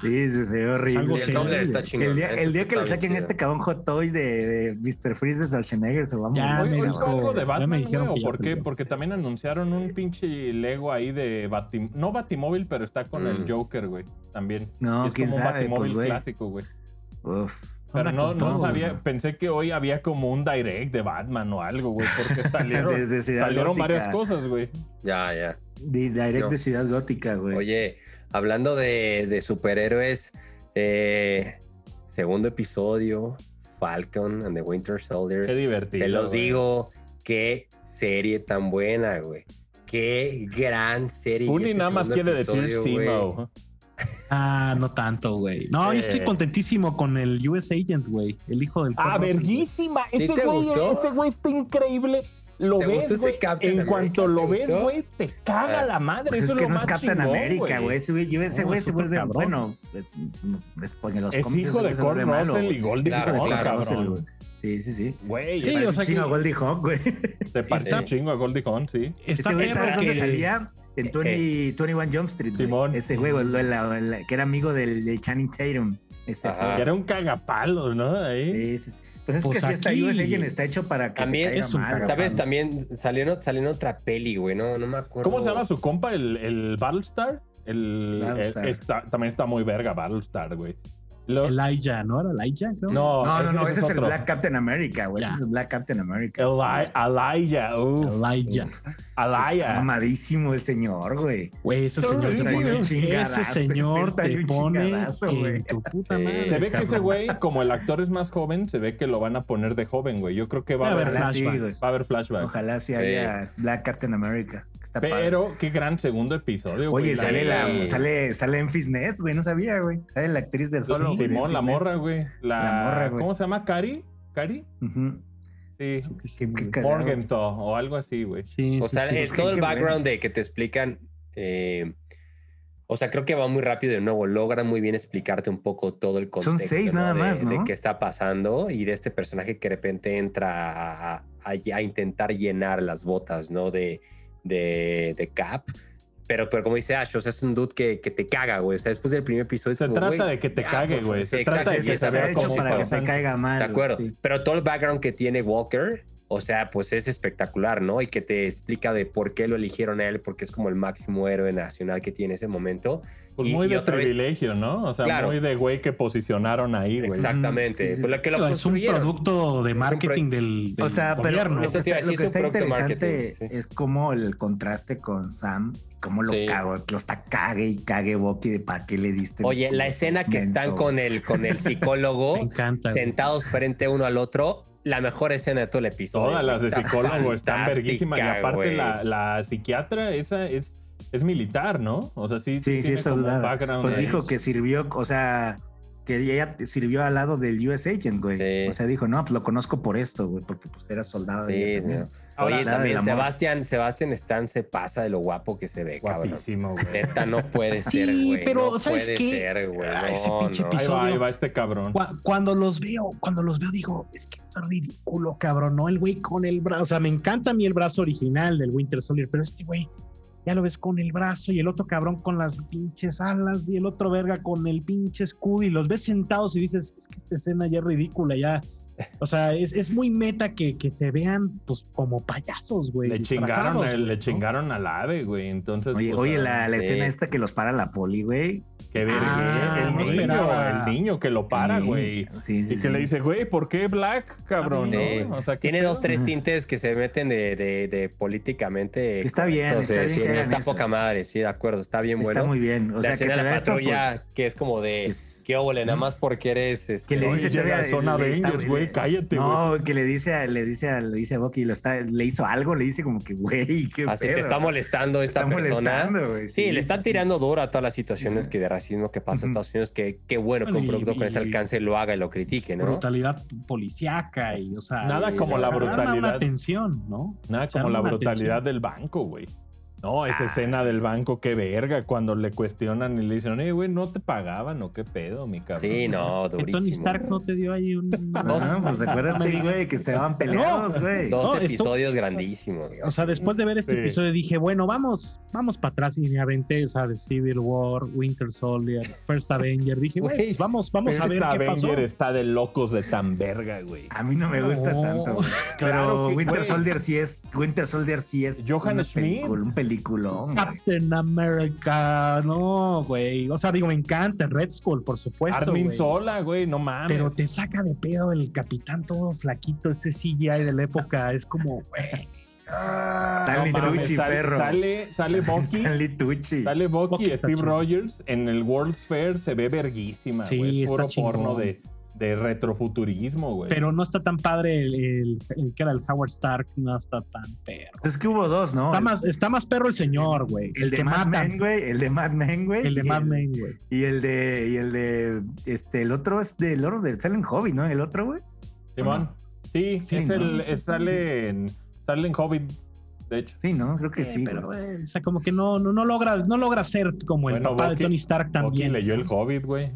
Sí, sí, sí, horrible. algo El serio. Tumblr está chingón. El día, ese el día que está le bien saquen chido. este cabrón hot toy de, de Mr. Freeze de Schwarzenegger, se va a Ya, morir. Oye, me oye, dijo- algo de ya Batman, me dijeron güey, que ¿o ya por qué? salió. Porque también anunciaron un pinche Lego ahí de Batim... No Batimóvil, pero está con el Mm. Joker, güey. También. No, es quién como un sabe, pues, Batimóvil güey. clásico, güey. Uf. Pero Ahora no, con no todo, sabía, güey. pensé que hoy había como un direct de Batman o algo, güey, porque salieron, Desde Ciudad salieron Gótica. varias cosas, güey. Ya, ya. Di- direct No. de Ciudad Gótica, güey. Oye, hablando de, de superhéroes, eh, segundo episodio, Falcon and the Winter Soldier. Qué divertido. Te los güey. digo, qué serie tan buena, güey. Qué gran serie. Uni Y este nada más segundo quiere decir episodio, güey. Simo. Ah, no tanto, güey. No, yo estoy Eh. contentísimo con el US Agent, güey. El hijo del. Ah, Kurt Russell, güey. verguísima. ¿Sí ese, te güey, gustó? ese güey está increíble. Lo ¿Te gustó ves, ese güey. Captain En America? cuanto ¿Te lo ves, gustó? güey, te caga Ah, la madre. Pues eso es que lo no es más Captain chingón, América, güey. Ese güey, ese No, güey es se otro vuelve cabrón. bueno. eh, no, Después en los Es cómics hijo ese de güey se Kurt vuelve malo, Russell y güey. Goldie Claro, Hawn, Kurt claro. Russell, güey. cabrón. Sí, sí, sí. Güey, Sí, Parece o un sea que- chingo a Goldie Hawk, güey. te parece sí. un chingo a Goldie Hawn, sí. Está Ese güey, perro ¿sabes que- dónde salía? En 20, 21 Jump Street, güey. Simón. Ese güey, lo- la- la- que era amigo del, del Channing Tatum. Este, Ajá. Era un cagapalo, ¿no? Ahí. Sí, sí, sí. Pues es Pues que sí, hasta aquí- US Agent está hecho para que También te caiga es un mal. ¿Sabes? güey. También salieron, salieron otra peli, güey. No, no me acuerdo. ¿Cómo se llama su compa? ¿El, el Battlestar? El, Battlestar. el- está- también está muy verga Battlestar, güey. Lo- Elijah, ¿no? Era Elijah, creo. no, No, no, no, ese es el otro. Black Captain America, güey. Ese Ya. es el Black Captain America. Eli- Elijah, uff. Elijah. Está Alaya. Mamadísimo el señor, güey. Güey, ese No, señor sí, te sí, pone. un chingadazo, Ese señor está te bien pone. chingadazo, güey. En tu puta Sí. madre. Se ve que ese cabrón. güey, como el actor es más joven, se ve que lo van a poner de joven, güey. Yo creo que va a A ver, haber, Ojalá sí, flashbacks. güey. va a haber flashback. Ojalá sí haya Black Captain America. que Está padre. Pero qué gran segundo episodio, güey. Oye, La- sale de- la, sale, sale en Fisness, güey, no sabía, güey. Sale la actriz del solo. güey, de Simón, la Enfis Nest. morra, güey. La, La morra, güey. ¿Cómo se llama? ¿Cari? ¿Cari? Ujú. Sí. Qué- qué cagado. Morgenthau o algo así, güey. Sí, O sí, sea, eh, sí. es sí, todo qué el bueno. background de que te explican. eh, o sea, creo que va muy rápido de nuevo. Logran muy bien explicarte un poco todo el contexto. Son seis nada De- más, De ¿no? qué está pasando y de este personaje que de repente entra a, a- a intentar llenar las botas, ¿no? De, de, de Cap. Pero, pero como dice Ash, o sea, es un dude que, que te caga, güey. O sea, después del primer episodio... es Se como, trata güey, de que te ya, cague, por favor, güey. sí, Se exacto, trata de sí, que está se Está vea hecho como para que te farsante. caiga mal. de güey, acuerdo. sí. Pero todo el background que tiene Walker, o sea, pues es espectacular, ¿no? Y que te explica de por qué lo eligieron a él, porque es como el máximo héroe nacional que tiene en ese momento. Pues Y- muy y de otra vez- privilegio, ¿no? O sea, Claro. muy de güey que posicionaron ahí, güey. Exactamente. Sí, sí, Pues sí. lo que lo es un construyeron. producto de marketing del, del O sea, pero gobierno. lo que Eso te iba está, lo a decir, que es un está producto interesante marketing, sí. es como el contraste con Sam, cómo lo Sí. cago, lo está cague y cague Bucky de para qué le diste. Oye, la escena que están Menso. con el, con el Me psicólogo encanta. güey. sentados frente uno al otro, la mejor escena de todo el episodio. Todas las de Está psicólogo están fantástica, verguísimas. Y aparte, güey. la, la psiquiatra, esa es, es militar, ¿no? O sea, sí, Sí, sí, tiene es como un soldado. background Pues ahí. dijo que sirvió, o sea, que ella sirvió al lado del US Agent, güey. Sí. O sea, dijo, no, pues lo conozco por esto, güey, porque pues era soldado. de Sí, ella también. no. Oye, Soldado del también amor. Sebastián, Sebastián Stan se pasa de lo guapo que se ve, cabrón. Guapísimo, güey. Neta, no puede Sí, ser, güey. pero, no ¿sabes puede qué? ser, güey. Ah, ese no, pinche no. Ahí va, Episodio- ahí va este cabrón. Cu- Cuando los veo, cuando los veo, digo, es que esto es ridículo, cabrón, ¿no? El güey con el brazo, o sea, me encanta a mí el brazo original del Winter Soldier, pero este güey ya lo ves con el brazo y el otro cabrón con las pinches alas y el otro verga con el pinche escudo y los ves sentados y dices, es que esta escena ya es ridícula, ya. O sea, es, es muy meta que, que se vean pues como payasos, güey. Le disfrazados, chingaron, el- güey, le ¿no? chingaron al ave, güey. Entonces, Oye, pues, oye, ah, la, la sí. escena esta que los para la poli, güey. Qué vergüenza. Ah, el, no niño, esperaba. el niño que lo para, Sí, güey. Sí, sí, Y que sí. le dice, güey, ¿por qué Black, cabrón? no? Sí. O sea, ¿qué Tiene pedo? dos, tres tintes que se meten de, de- de políticamente. Está bien, correctos, está de bien decir, que hagan está eso. poca madre, sí, de acuerdo, está bien Está bueno. muy bien. O La sea, que escena se de la ve esto, patrulla, pues, que es como de. es- ¿Qué óvole? Nada más porque eres. Este, Que le Oye, dice llega todavía- a zona le está- Avengers, güey, le- cállate, güey. No, que le dice a, le dice a, le dice a Bucky, lo está, le hizo algo, le dice como que, güey, qué así pedo. te está molestando esta Está persona. molestando, güey. Sí, le están sí. tirando duro a todas las situaciones Ujú. que de racismo que pasa en Ujú. Estados Unidos, que qué bueno que un Y- producto con ese y- alcance lo haga y lo critique, ¿no? Brutalidad policiaca y, o sea, Nada sí, como se la llama brutalidad. la atención, ¿no? Nada como Llama la la brutalidad atención. Ah. del banco, güey. No, esa escena del banco, qué verga, cuando le cuestionan y le dicen, eh, güey, no te pagaban o qué pedo, mi cabrón. Sí, no, Que Tony durísimo. Stark no te dio ahí un... No, pues acuérdate, güey, que se van peleados, güey. Dos No, esto- episodios grandísimos. güey. O sea, después de ver este Sí. episodio dije, bueno, vamos, vamos para atrás y me aventé, ¿sabes? Civil War, Winter Soldier, First Avenger. Dije, Güey, güey, vamos, vamos a ver Esta qué pasó. Avenger está de locos de tan verga, güey. A mí no me gusta No, tanto, güey. Pero Oh, claro que, Winter güey. Soldier sí es, Winter Soldier sí es Johann una Schmidt. película, un Ah. peliculón, güey. Captain America, no, güey. O sea, digo, me encanta Red Skull, por supuesto. Armin güey. Sola, güey, no mames. Pero te saca de pedo el capitán todo flaquito, ese CGI de la época. Es como, güey. ah, Stanley No mames, Tucci, sale, perro. Sale, sale Bucky. Stanley Tucci. Sale Bucky, Bucky está Steve chido. Rogers en el World's Fair se ve verguísima, Sí, güey. está Puro chingón. porno de, de retrofuturismo, güey. Pero no está tan padre el, el- el que era el Howard Stark, no está tan perro. Es que hubo dos, ¿no? Está más, está más perro el señor, güey. el de que Mad matan. Men, güey. El de Mad Men, güey. El de y Mad Men, güey. Y el de, y el de, este, el otro es del oro del Silent Hobby, ¿no? El otro, güey. Simón, sí, Sí, es ¿no? el, Sí, es- sí, sale, en, sale en Hobbit, de hecho. Sí, ¿no? Creo que sí, pero, güey. eh, o sea, como que no, no, no logra, no logra ser como el Bueno, papá Bucky- de Tony Stark Bucky también. leyó el Hobbit, güey.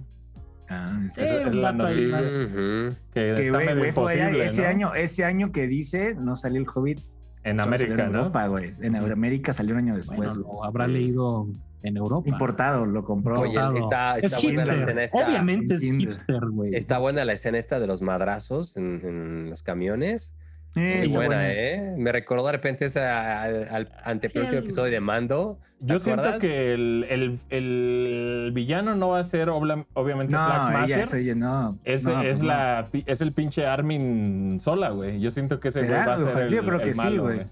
Ah, sí. Eh, Es un la dato ahí novela más. Ujú. que que, está güey, medio güey, fue allá, imposible, ese ¿no? año, ese año que dice, no salió el Hobbit. en solo salió América, en ¿no? Europa, güey. En América salió un año después, Bueno, güey. lo habrá leído en Europa. Importado, lo compró. Oye, Claro. está, Es está buena la hipster. escena esta. Obviamente es Entiendo. hipster, güey. Está buena la escena esta de los madrazos en, en los camiones. Eh, Muy está buena, bueno. ¿eh? Me recordó de repente esa, al, al antepenúltimo Sí. episodio de Mando. Yo siento acuerdas? que el, el- el villano no va a ser obla- obviamente Flag No, Smasher. ella se oye, no. Es, no, es pues, no. la, pi- es el pinche Armin sola, güey. Yo siento que ese güey ¿Será? va a ser Ojalá. el, Yo creo el que sí, malo, güey. güey.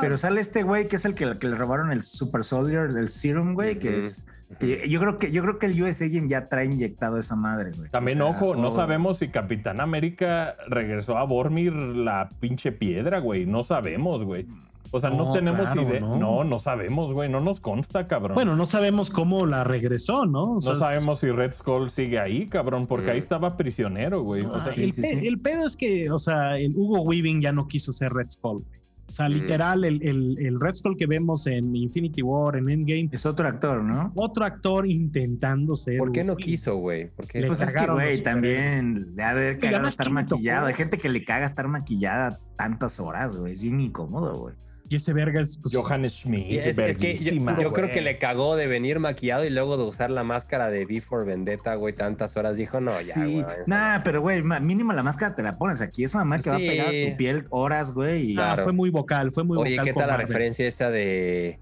Pero sale este güey que es el que, que le robaron el Super Soldier, el Serum, güey, que Ujú. es. que yo creo que yo creo que el US Agent ya trae inyectado esa madre, güey. También, O sea, ojo, no oh, sabemos si Capitán América regresó a Bormir la pinche piedra, güey. No sabemos, güey. O sea, no, No, tenemos claro, idea. ¿no? no. no, sabemos, güey. No nos consta, cabrón. Bueno, no sabemos cómo la regresó, ¿no? O sea, no sabemos si Red Skull sigue ahí, cabrón, porque Mm. ahí estaba prisionero, güey. es- O sea, Ay, el, sí, pe- sí. el pedo es que, o sea, el Hugo Weaving ya no quiso ser Red Skull. güey. O sea, Mm. literal, el, el, el Red Skull que vemos en Infinity War, en Endgame, Es otro actor, ¿no? otro actor intentando ser. ¿Por qué Hugo no Weaving. quiso, güey? ¿Por qué? Le Pues es que, cagaron los güey, superhéroes. también le ha de haber Y cagado además, estar ¿quién le maquillado. tocó? Hay gente que le caga estar maquillada tantas horas, güey. Es bien incómodo, güey. Y ese verga es. pues, Johann Schmidt, Y es, es que yo, verguísima, yo creo güey. que le cagó de venir maquillado y luego de usar la máscara de B for Vendetta, güey, tantas horas. Dijo, no, ya, güey. sí. váyanse a la Nah, pero, güey, ma- mínimo la máscara te la pones aquí. Es una máscara que va pegada a Sí. tu piel horas, güey. y- Ah, Claro. fue muy vocal, fue muy Oye, vocal. ¿qué con tal la Marvel. referencia esa de,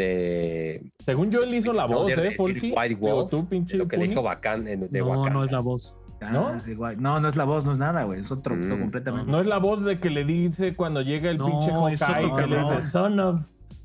de, Según yo, él hizo la No, voz, de ¿eh, decir Polky? White Digo, Wolf, tú, pinche de lo que le Puni. dijo Bacan de, de No, Wakanda? no es la voz. Ah, ¿no? es igual. No, no es la voz, no es nada, güey. Es otro, otro Mm. completamente. No es la voz de que le dice cuando llega el No, pinche es otro Hawkeye que le cabrón. dice Son of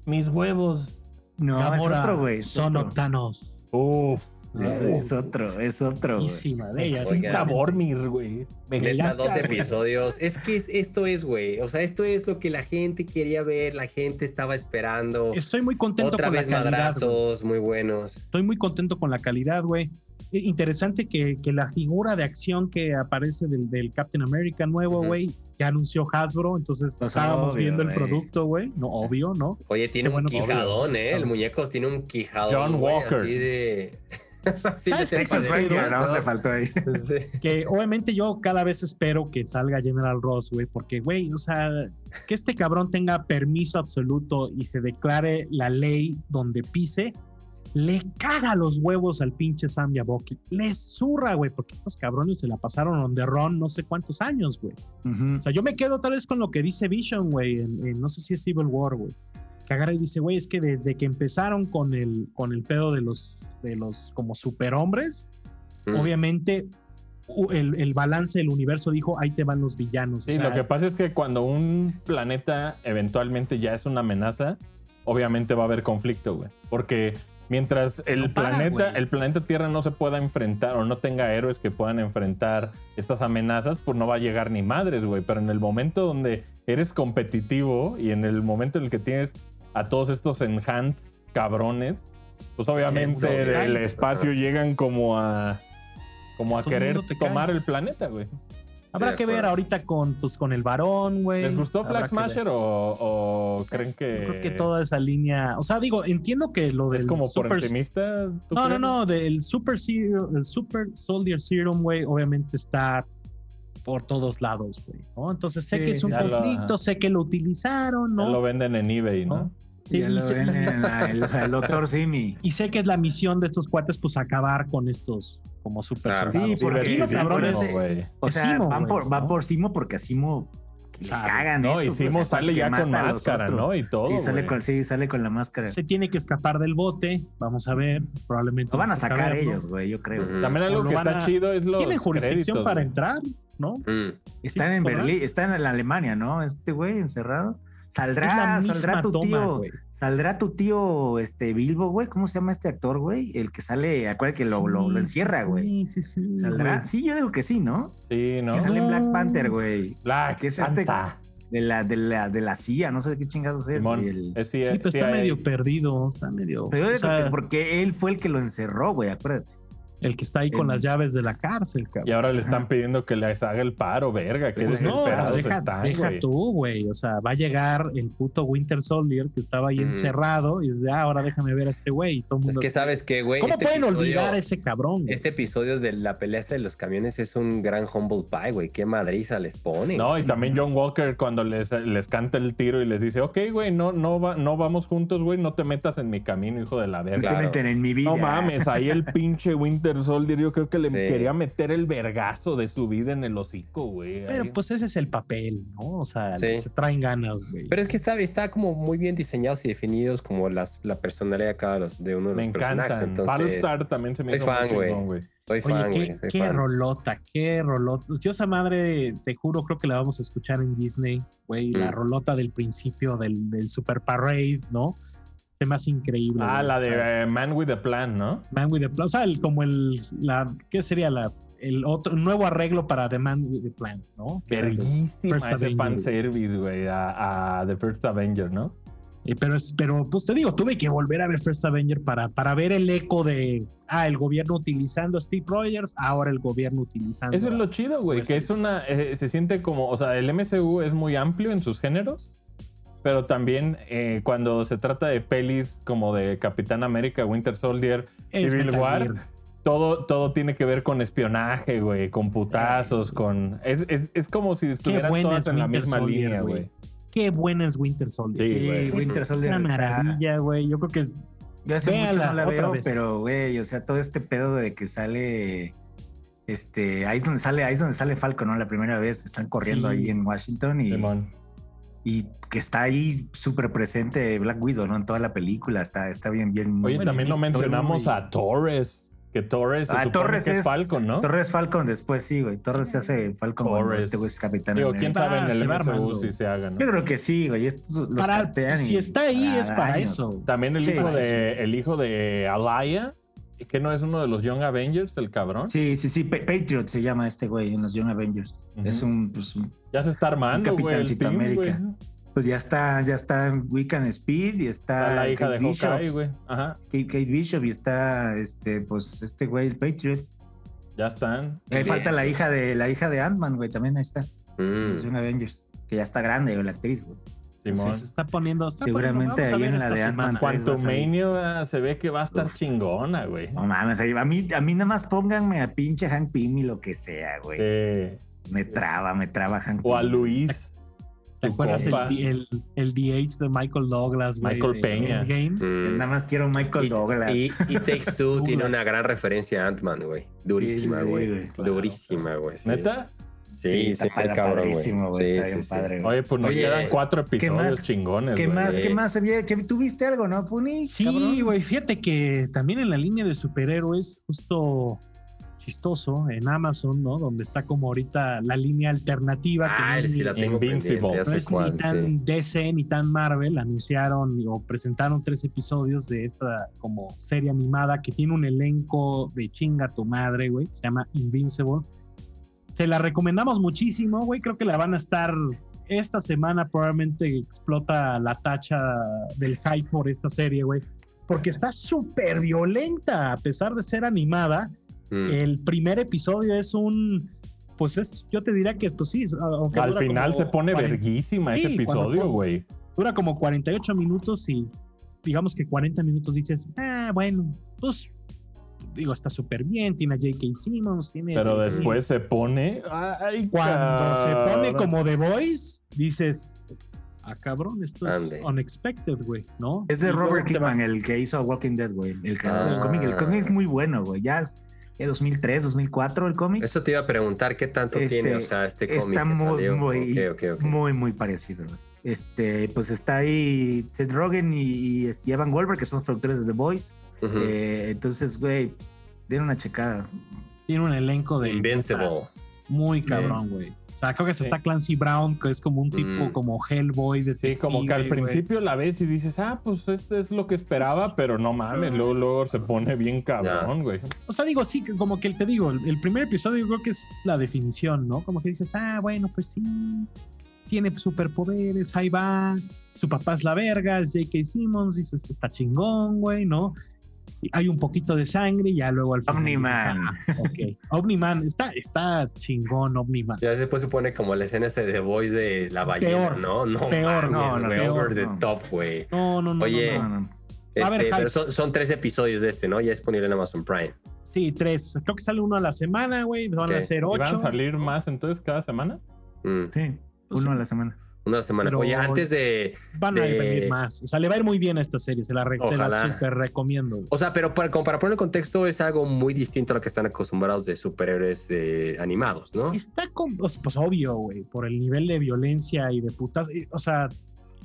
mis huevos. No, Gamora, es otro, güey. es Son otro. of Thanos. Uf. Es- Es otro, es otro. güey. Buenísima, Me de ella. Oigan. excita Bormir, güey. Me Neta, Ya excita, dos güey. episodios. Es que es- esto es, güey. O sea, esto es lo que la gente quería ver, la gente estaba esperando. Estoy muy contento Otra con la vez calidad. güey. madrazos, muy buenos. Estoy muy contento con la calidad, güey. eh, interesante que, que la figura de acción que aparece del, del Captain America nuevo, Ujú. güey, ya anunció Hasbro, entonces Pues estábamos obvio, viendo el güey. producto, güey. No, obvio, ¿no? Oye, tiene Qué un bueno, quijadón, obvio. ¿eh? El muñeco tiene un quijadón. John güey, Walker. Así de. así ¿Sabes de qué Texas Sí, Ranger, ¿no? ¿no? Le faltó ahí. Sí. Que obviamente yo cada vez espero que salga General Ross, güey, porque, güey, o sea, que este cabrón tenga permiso absoluto y se declare la ley donde pise, le caga los huevos al pinche Sam Yaboki. Le zurra, güey, porque estos cabrones se la pasaron on the run no sé cuántos años, güey. Ujú. O sea, yo me quedo tal vez con lo que dice Vision, güey, en, en no sé si es Civil War, güey. Que agarra y dice, güey, es que desde que empezaron con el, con el pedo de los, de los como superhombres, obviamente u- el, el balance del universo dijo, ahí te van los villanos. O Sí, sea, lo que pasa es que cuando un planeta eventualmente ya es una amenaza, obviamente va a haber conflicto, güey. Porque mientras el No para, planeta, güey. el planeta Tierra no se pueda enfrentar o no tenga héroes que puedan enfrentar estas amenazas, pues no va a llegar ni madres, güey. Pero en el momento donde eres competitivo y en el momento en el que tienes a todos estos enhanced cabrones, pues obviamente Enhanced. del espacio llegan como a como a Todo el querer mundo te cae. tomar el planeta, güey. habrá de que ver acuerdo. ahorita con, pues, con el varón, güey. ¿Les gustó Habrá Flag que ver. Smasher o, o creen que, Yo creo que toda esa línea, o sea, digo, entiendo que lo del es como por super- encimista? ¿tú No, no, crees? no, del Super, Serum- el Super Soldier Serum, güey, obviamente está por todos lados, güey, ¿no? Entonces sé Sí, que es un ya lo- conflicto, sé que lo utilizaron, Ya ¿no? lo venden en eBay, ¿no? ¿No? Sí, Ya y, lo sé, ven en la- el, el doctor Simi. y sé que es la misión de estos cuates, pues acabar con estos como super Claro. soldados. Sí, porque Aquí los sí, cabrones, sí, güey. O sea, Simo, van güey, por, va ¿no? por Simo porque a Simo le Sabe. cagan. No, estos, hicimos o sea, sale ya que con mata a los máscara, otros. ¿no? Y todo. Sí sale, güey. con, sí, sale con la máscara. se tiene que escapar del bote, vamos a ver, probablemente. Lo van a en su sacar caverna. ellos, güey, yo creo. Ujú. También O algo lo que van está a- chido es los Tienen jurisdicción créditos, para güey. entrar, ¿no? Mm. Están Sí, en ¿podrá? Berlín, están en Alemania, ¿no? Este güey encerrado. Es la Saldrá, misma saldrá tu toma, tío, güey. saldrá tu tío, este Bilbo, güey. ¿Cómo se llama este actor, güey? El que sale, acuérdate que lo, lo- lo Sí, encierra, sí, güey. Sí, sí, sí, ¿Saldrá? güey. Sí, yo digo que sí, ¿no? Sí, ¿no? Que sale en Black No. Panther, güey. Black, que es este- Santa. De la, de la, de la CIA, no sé de qué chingados es. Simón. güey, el- Es sí, Sí, pero sí está hay- medio perdido, está medio. Pero yo o digo sea, que porque él fue el que lo encerró, güey, acuérdate. El que está ahí con En- las llaves de la cárcel, cabrón. Y ahora le están pidiendo que les haga el paro, verga. Que Pues Pues no, desesperados pues deja, están, deja güey. tú, güey. O sea, va a llegar el puto Winter Soldier que estaba ahí Mm. encerrado y dice, ah, ahora déjame ver a este güey. Y todo el Es mundo que así, sabes que, güey. ¿Cómo este pueden episodio- olvidar a ese cabrón? güey? Este episodio de la pelea esa de los camiones es un gran humble pie, güey. Qué madriza les pone. No, y también John Walker cuando les, les canta el tiro y les dice, ok, güey, no, no, va, no vamos juntos, güey, no te metas en mi camino, hijo de la No verga. Claro. te meten en mi vida. No mames, ahí el pinche Winter Soldier, yo creo que le Sí. quería meter el vergazo de su vida en el hocico, güey. Pero Ahí. pues ese es el papel, ¿no? O sea, Sí. se traen ganas, güey. Pero es que está, está como muy bien diseñados y definidos como las, la personalidad de cada los, de uno de me los personajes. encantan. Entonces, Battlestar también se me soy hizo fan, muy güey. chingón, güey. soy fan, Oye, güey. qué, soy qué fan. rolota, qué rolota. Pues, Yo esa madre, te juro, creo que la vamos a escuchar en Disney, güey. La Mm. rolota del principio del, del Super Parade, ¿no? Se me hace increíble. Ah, güey. la O sea, de eh, Man with a Plan, ¿no? Man with the Plan. O sea, el- como el, la, ¿qué sería la, el otro nuevo arreglo para The Man with the Plan, ¿no? Que era el de- Verguísima First ese Avenger, fan güey. service, güey, a, a The First Avenger, ¿no? eh, pero, es- pero, pues te digo, tuve que volver a ver First Avenger para, para ver el eco de, ah, el gobierno utilizando a Steve Rogers, ahora el gobierno utilizando. Eso es a- lo chido, güey, Pues que sí. es una, eh, se siente como, o sea, el MCU es muy amplio en sus géneros, pero también eh, cuando se trata de pelis como de Capitán América, Winter Soldier, es Civil Metal War. Gear. todo, todo tiene que ver con espionaje, güey, con putazos, con... Es, es, es como si estuvieran buena todas es en la Winter misma Soldier, línea, güey. güey. Qué buena es Winter Soldier. Sí, Sí, güey. Winter Soldier. Una está- maravilla, güey. Yo creo que Yo hace Véanla mucho no la otra veo, vez. pero güey, o sea, todo este pedo de que sale este, ahí es donde sale, ahí es donde sale Falco, ¿no? La primera vez que están corriendo Sí. ahí en Washington y, Simón. y que está ahí súper presente Black Widow, ¿no? En toda la película, está, está bien, bien. Oye, Bueno, también no y- mencionamos a Torres, que Torres se Ah, supone Torres que es es- Falcon, ¿no? Torres Falcon después, sí, güey. Torres se hace Falcon cuando Torres. este güey es capitán. Digo, América. quién sabe en Ah, se el va MCU armando. si se haga, ¿no? Yo creo que sí, güey. estos los para, castean si y- está ahí es para años. eso. También el Sí, hijo sí, de el hijo de Alaya, que no es uno de los Young Avengers, el cabrón. Sí, sí, sí. Pa- Patriot se llama este güey en los Young Avengers. Ujú. Es un, pues, un- Ya se está armando, güey. el Capitancito team, América. güey. pues ya está, ya está Wiccan Speed y está, Está la hija de Kate Bishop, Hawkeye, güey. Ajá, Kate, Kate Bishop y está este, pues este güey, el Patriot. ya están. Eh, Bien. falta la hija de la hija de Ant-Man, güey, también ahí está. Mm. Es un Avengers. Que ya está grande, güey, la actriz, güey. Simón. Se está poniendo. está Seguramente poniendo- vamos a ahí ver en la esta de semana. Ant-Man. Quantumania se ve que va a estar chingona, güey. No mames, ahí- a mí, a mí nada más pónganme a pinche Hank Pym y lo que sea, güey. Eh, Me traba, me traba Hank o a Pym. Luis. ¿Te tu acuerdas compa. el, el, el DH de Michael Douglas, güey, Michael de Peña. Endgame? Mm. Nada más quiero Michael Y- Douglas. Y, y Takes Two Douglas. tiene una gran referencia a Ant-Man, güey. Durísima, Sí, sí, sí, güey. güey, claro. Durísima, güey. sí. ¿Neta? Sí, Sí, sí, está está padre, cabrón, güey. padrísimo, güey, Sí, está sí, bien sí. padre, güey. Oye, pues nos Oye, pues, quedan cuatro episodios más? chingones, ¿Qué güey. más, güey. qué más había? ¿Qué, ¿Tuviste algo, no, Puni? Sí, Cabrón. güey, fíjate que también en la línea de superhéroes, justo chistoso, en Amazon, ¿no? Donde está como ahorita la línea alternativa. que Ah, no es sí ni- la tengo Invincible. pendiente, ya no sé es cuál, ni sí. tan DC ni tan Marvel, anunciaron o presentaron tres episodios de esta como serie animada que tiene un elenco de chinga tu madre, güey, que se llama Invincible. Se la recomendamos muchísimo, güey, creo que la van a estar esta semana probablemente explota la tacha del hype por esta serie, güey. Porque está súper violenta, a pesar de ser animada. Mm. eh, El primer episodio es un. Pues es, yo te diría que, pues sí. aunque Al dura final como se pone 40 verguísima ese Sí, cuando episodio, pone- güey. dura como 48 minutos y digamos que 40 minutos dices, ah, bueno, pues digo, está súper bien, tiene a J.K. Simmons, tiene... Pero después se pone. Ay, Cuando se pone cabrón. como The Voice, dices, ah, cabrón, esto es Ande. unexpected, güey, ¿no? Es de Y luego Robert te va- Kirkman, el que hizo Walking Dead, güey. El creador del Ah. cómic. El cómic es muy bueno, güey. Ya es de 2003, 2004 el cómic. Eso te iba a preguntar, ¿qué tanto Este, tiene? O sea, este cómic. está que muy, salió? muy- Ok, ok, ok. Muy, muy parecido, güey. Este, pues está ahí Seth Rogen y, y este, Evan Goldberg, que son los productores de The Voice. Ujú. Eh, entonces, güey, den una checada. Tiene un elenco eh, de... Invincible. Muy cabrón, güey. O sea, creo que se está Clancy Brown, que es como un tipo Mm. como Hellboy. de Sí, como que al principio la ves y dices, ah, pues esto es lo que esperaba, pero no mames, luego, luego se pone bien cabrón, güey. O sea, digo, sí, que como que te digo, el el primer episodio yo creo que es la definición, ¿no? Como que dices, ah, bueno, pues sí, tiene superpoderes, ahí va, su papá es la verga, es J.K. Simmons, dices que está chingón, güey, ¿no? Y hay un poquito de sangre y ya luego al final. Omniman. dices, ah, ok. Omniman, está, está chingón, Omniman. Ya después se pone como la escena ese de The Voice de la Sí, ballena, peor, ¿no? No, peor, no, no, no, peor, over the no. top, güey. No, no, no. Oye, no, No, no. no. A ver, Este, Hype. pero son, son tres episodios de este, ¿no? Ya disponible en Amazon Prime. Sí, tres. Creo que sale uno a la semana, güey, van Ok. a ser ¿Y van ocho. a salir más entonces cada semana? Mm, Sí, uno Pues sí. a la semana. una semana. Pero- Oye, antes de. Van a de- venir más. O sea, le va a ir muy bien a esta serie, se la, re- se la Ojalá. super recomiendo. güey. O sea, pero para, como para poner el contexto, es algo muy distinto a lo que están acostumbrados de superhéroes eh, animados, ¿no? Está con, pues, pues, obvio, güey, por el nivel de violencia y de putas, eh, o sea,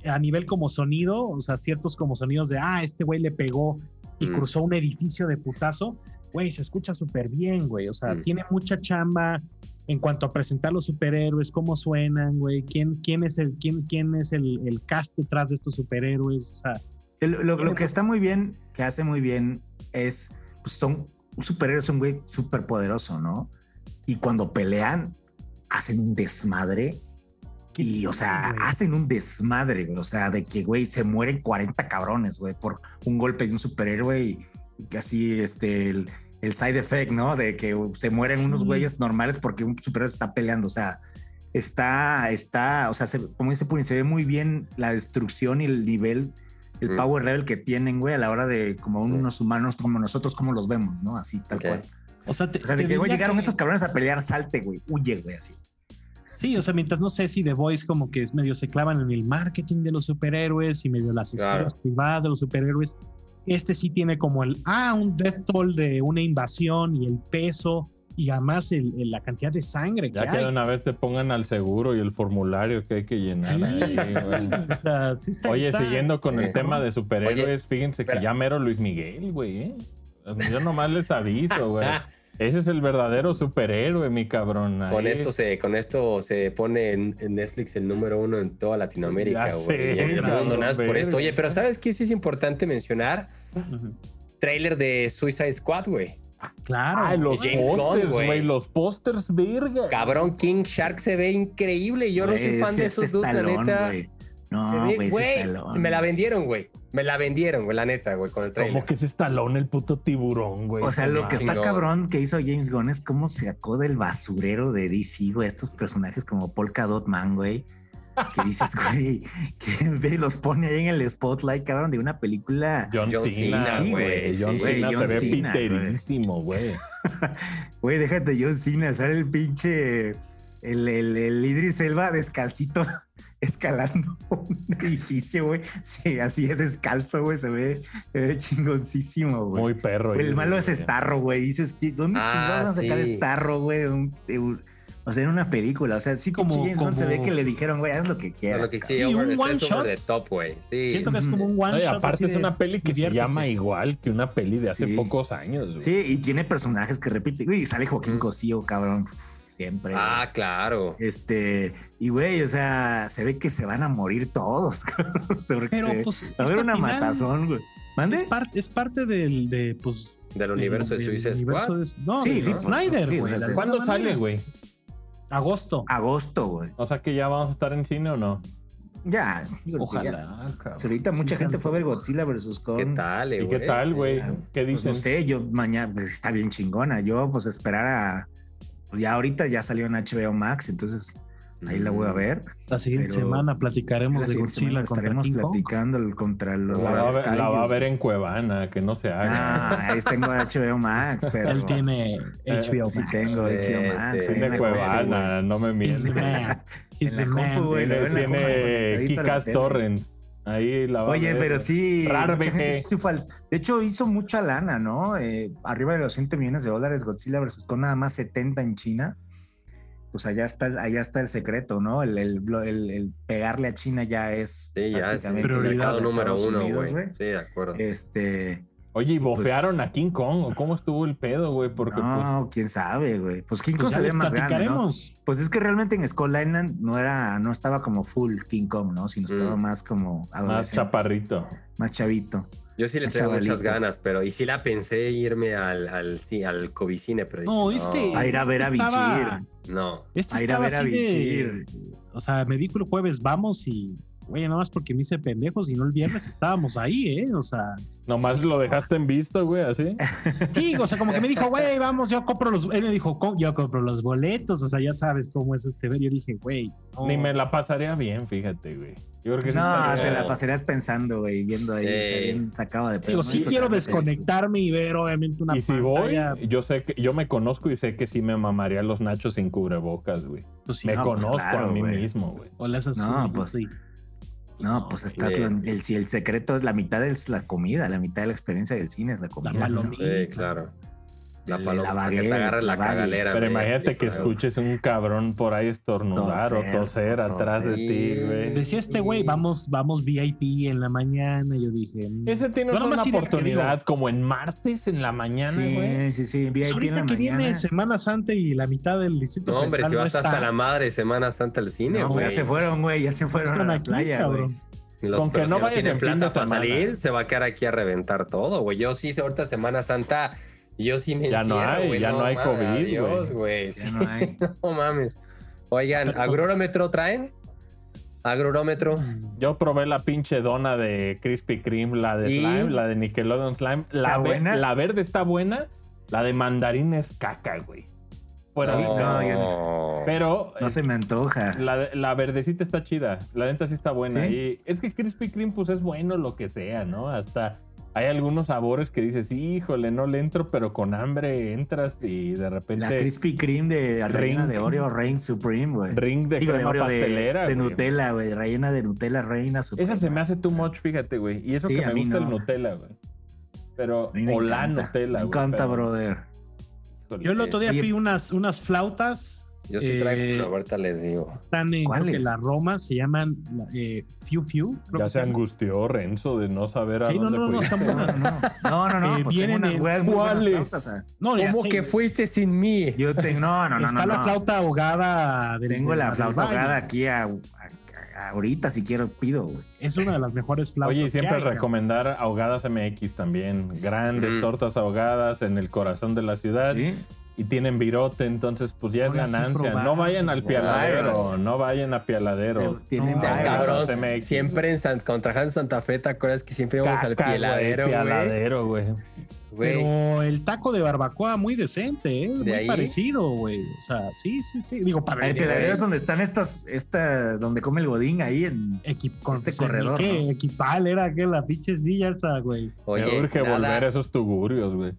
a nivel como sonido, o sea, ciertos como sonidos de, ah, este güey le pegó y Mm. cruzó un edificio de putazo, güey, se escucha súper bien, güey, o sea, Mm. tiene mucha chamba en cuanto a presentar los superhéroes, cómo suenan, güey, quién, quién es el, quién, quién es el, el cast detrás de estos superhéroes, o sea, El- Lo, lo que está muy bien, que hace muy bien, es pues son un superhéroe, es un güey súper poderoso, ¿no? Y cuando pelean, hacen un desmadre. qué Y, o sea, chingón, güey. hacen un desmadre, güey. O sea, de que, güey, se mueren 40 cabrones, güey, por un golpe de un superhéroe y, y así, este, el, el side effect, ¿no? De que uh, se mueren unos Sí. güeyes normales porque un superhéroe se está peleando. O sea, está, está, o sea, se- como dice Puni, se ve muy bien la destrucción y el nivel, el Mm. power level que tienen, güey, a la hora de como Mm. unos humanos, como nosotros, como los vemos, ¿no? Así, tal Ok. cual. o sea, te- O sea, te de que, güey, diría llegaron que- estos cabrones a pelear, salte, güey, huye, güey, así. Sí, o sea, mientras no sé si The Voice como que es medio se clavan en el marketing de los superhéroes y medio las Claro. historias privadas de los superhéroes, este sí tiene como el, ah, un death toll de una invasión y el peso y además el- el- la cantidad de sangre que Ya que hay. de una vez te pongan al seguro y el formulario que hay que llenar. Sí, sí, ahí, güey. O sea, sí está- eh, Oye, está- siguiendo con el Ajá. tema de superhéroes, fíjense que espera. ya mero Luis Miguel, güey. ¿eh? Yo nomás les aviso, güey. Ese es el verdadero superhéroe, mi cabrón. Ah, Con Ahí- esto se, con esto se pone en, en Netflix el número uno en toda Latinoamérica, Ya güey. sé, y en el cabrón, mundo, nada más por verga. esto. Oye, pero ¿sabes qué sí es importante mencionar? Ujú. Trailer de Suicide Squad, güey. Claro. Ay, los Ah, James Gunn, pósters, güey. güey. Los pósters, verga. Cabrón, King Shark se ve increíble. Yo no soy Güey, fan ese- de este esos dudes, la Stallone, neta. güey. No, Se ve- pues güey, Stallone. me la vendieron, güey. Me la vendieron, güey, la neta, güey, con el trailer. Como que es Estalón el puto tiburón, güey. O sea, lo que está Chingón. cabrón que hizo James Gunn es cómo sacó del basurero de DC, güey, estos personajes como Polka Dot Man, güey. Que dices, güey, que ve, los pone ahí en el spotlight, cabrón, de una película. John, John Cena, Cena, güey. güey, John sí, Cena güey, se John ve Cena, güey. piterísimo, güey. Güey, déjate John Cena, sale el pinche. El, el, el Idris Elba descalcito escalando un edificio, güey. Sí, así es descalzo, güey. Se ve, se ve chingoncísimo, güey. Muy perro. Güey, el güey, malo es güey. Starro, güey. Dices, ¿qué- ¿dónde Ah, chingados van a sacar sí. Starro, güey? de un- de un- o sea, en una película. O sea, sí, Como- como James Bond se ve como- que le dijeron, güey, haz lo que No, quieras. lo que sí, Y over, un es one over shot. the top, güey. Sí. Siento que es como un one No, y shot aparte así es de- una peli que se diviértete. llama igual que una peli de hace Sí. pocos años. güey. Sí, y tiene personajes que repite. Güey, sale Joaquín Cosío, cabrón. Siempre. güey. Ah, claro. Este, y güey, o sea, se ve que se van a morir todos, cabrón. se ve que Pero se- pues. va a haber esta una final matazón, güey. ¿Mande? Es, par- es parte del. De, pues, Del del- universo de del Suicide universo Squad. de- no, Sí, de sí, Zack Snyder, sí, o güey, sea, de sí. alguna ¿Cuándo manera. sale, güey? Agosto. Agosto, güey. O sea que ya vamos a estar en cine o no. Ya. digo que ya. Ojalá, Pues cabrón. Ahorita Sí, mucha se gente fue a ver antoja. Godzilla vs. Kong. ¿Qué tal, eh, ¿Y güey? qué tal, Sí. güey? Ah, ¿Qué Pues no dicen? sé, yo mañana pues, está bien chingona. Yo, pues, esperar a. pues, Ya ahorita ya salió en HBO Max, entonces ahí la voy a ver. La siguiente Pero- Mm, semana platicaremos La de siguiente semana Godzilla contra estaremos King Kong. platicando el- contra La los. va, a ver, la va a Skyviews. ver en Cuevana, que no se haga. Ah, ahí tengo HBO Max, pero. Él tiene HBO Max. Ah, Sí, tengo Sí, HBO Max. sí. ahí Tiene en la compu, güey. Cuevana, no me He's the mientas. man. He's the En la man. compu, güey. Tiene, Bueno, bueno, tiene bueno, Kikas ahorita lo Torrents. Ahí la va a Oye, ver. pero sí, Rar mucha gente BG. sí fue al- De hecho, hizo mucha lana, ¿no? Eh, arriba de los 100 millones de dólares Godzilla versus con nada más 70 en China. Pues allá está, allá está el secreto, ¿no? El, el, blo- el- el pegarle a China ya es Sí, ya es prácticamente el Prioridad mercado prioridad de número Estados uno, Unidos, güey. Sí, de acuerdo. Este, Oye, ¿y bofearon Pues- a King Kong? ¿O ¿Cómo estuvo el pedo, güey? Porque pues, no, quién sabe, güey. Pues King Kong Pues ya se ve les más grande, ¿no? platicaremos. Pues es que realmente en Skull Island no era, no estaba como full King Kong, ¿no? Sino Mm. estaba más como pues más adolescente, chaparrito. más chavito. Yo sí le Ah, tengo muchas chavalito. ganas, pero y sí la pensé irme al, al, sí, al Covicine, pero dije, No, este. A ir a ver a estaba- Bichir. No. Este A ir a estaba ver a así de, Bichir. O sea, me dijo el jueves, vamos y. Güey, nada más porque me hice pendejos y no el viernes estábamos ahí, ¿eh? O sea, Nomás lo dejaste en visto, güey, así. sí, o sea, como que me dijo, güey, vamos, yo compro los. Él me dijo, "Co- yo compro los boletos, o sea, ya sabes cómo es este ver. Yo dije, güey, no. Ni me la pasaría bien, fíjate, güey. Yo creo que sí No, estaría- te la pasarás pensando, güey, viendo ahí, Eh. se bien sacado de pedo. Digo, ¿no? sí Disfrutar quiero la película. desconectarme y ver, obviamente, una Y si voy, pantalla. yo sé que yo me conozco y sé que sí me mamaría los nachos sin cubrebocas, güey. pues, sí, Me No, pues conozco a claro, mí güey. mismo, güey. O las azules, No, pues, sí. No, pues estás, Eh. lo- el, si el secreto es la mitad es la comida, la mitad de la experiencia del cine es la comida. ¿no? palomita. Sí, claro. La La paloma que te baguette, agarra en la la baguette. cagalera. Pero güey, imagínate que claro. escuches un cabrón por ahí estornudar Toser, o toser atrás de toser. ti, güey. Decía este güey, vamos, vamos VIP en la mañana. Yo dije, mm. Ese tiene Yo una nomás sí de- oportunidad como en martes en la mañana, güey. Sí, sí, sí, vi Pues ahí en ahorita la que mañana. viene Semana Santa y la mitad del distrito. No, hombre, Ah, Federal si no vas hasta está. la madre Semana Santa al cine, No, güey. ya se fueron, güey, ya se No fueron a están la aquí, playa, cabrón. güey. Los- Con que pero no los vayas tienen en fin de plata para semana. salir, se va a quedar aquí a reventar todo, güey. Yo sí, ahorita Semana Santa, yo sí me Ya no encierro, hay, güey, ya no hay mames, COVID, güey. adiós, güey. Ya no hay. No mames. Oigan, ¿agrómetro traen? ¿Agrómetro? Yo probé la pinche dona de Krispy Kreme, la de ¿Y? Slime, la de Nickelodeon Slime. La, ¿Está ve- buena? la verde está buena, la de mandarín es caca, güey. Fuera de No, caca. yo Pero No se me antoja. La, de- la verdecita está chida. La neta sí está buena. ¿Sí? Y es que Krispy Kreme, pues es bueno lo que sea, ¿no? Hasta hay algunos sabores que dices, híjole, no le entro, pero con hambre entras y de repente La Krispy Kreme de rellena Ring. de Oreo Reign Supreme, güey. ring de Digo, de crema Oreo de, pastelera. de güey. Nutella, güey, rellena de Nutella Reina Supreme. Esa se me hace too much, fíjate, güey. Y eso Sí, que a me mí gusta el no. Nutella, güey. Pero, A mí me o la encanta. Nutella, Me güey. encanta, pero, brother. híjole, eh, Yo el otro día Oye. fui unas, unas flautas. Yo sí Eh, traigo, pero ahorita les digo. Están en creo que ¿Cuáles? la Roma, se llaman la, eh, Fiu Fiu. creo Ya que se llaman. angustió Renzo de no saber a Sí, no, dónde no, no, fuiste. están No, buenas. no, no, no, no, Eh, pues tengo vienen unas en- weas muy buenas ¿Cuáles? flautas, ah. No, ya ¿Cómo sé, que güey. fuiste sin mí? Yo tengo, no, no, no, Está no, la no. flauta ahogada. del- Tengo la del flauta valle. ahogada aquí a- a- a- ahorita si quiero pido, güey. Es una de las mejores flautas. Oye, y que siempre hay, cabrón. recomendar ahogadas MX también. Grandes Mm. tortas ahogadas en el corazón de la ciudad. ¿Sí? y tienen virote, entonces pues ya es Ahora sí ganancia. No probaron, vayan al pialadero, probaron. no vayan a pialadero. Tienen No, Ah, varios. cabrón, CMX. siempre en San, contra Hans Santa Fe, ¿te acuerdas que siempre íbamos al Caca, güey, pieladero, güey? pialadero, güey. Güey, Pero el taco de barbacoa muy decente, ¿eh? muy ahí? parecido, güey. O sea, sí, sí, sí. Digo, para Hay el peladeros donde están estas, esta, donde come el godín ahí en. equi- con- este se- corredor, ¿qué? ¿no? Equipal era que la pinche silla esa, güey. Me Oye, urge nada, volver a esos tugurios, güey.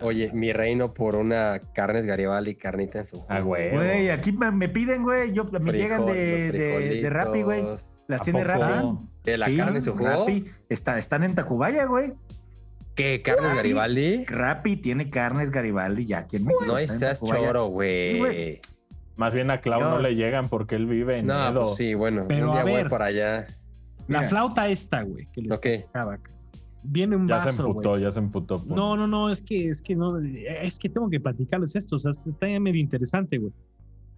oye, mi reino por una carnes Garibaldi y carnita en su. Ah, güey. Güey, aquí me, me piden, güey. Yo, me Frijol- llegan de, los de, de Rappi, güey. frijolitos, Las ¿A tiene poco? Rappi. De la Sí, carne en su jugo. Rappi. Está, están en Tacubaya, güey. ¿Qué? ¿Carnes Rappi. Garibaldi? Rappi tiene carnes Garibaldi ya aquí en México. No está en seas Tacubaya. choro, Sí, güey. güey. Más bien a Clau no Dios. le llegan porque él vive en No, Edo. pues sí, bueno. Pero un día a voy ver. para allá. La Mira. flauta esta, güey, que le Ok. tocaba acá. Viene un Ya se vaso, emputó, güey. ya se emputó. pues. pum. No, no, no, es que, es que no, es que tengo que platicarles esto, o sea, está medio interesante, güey.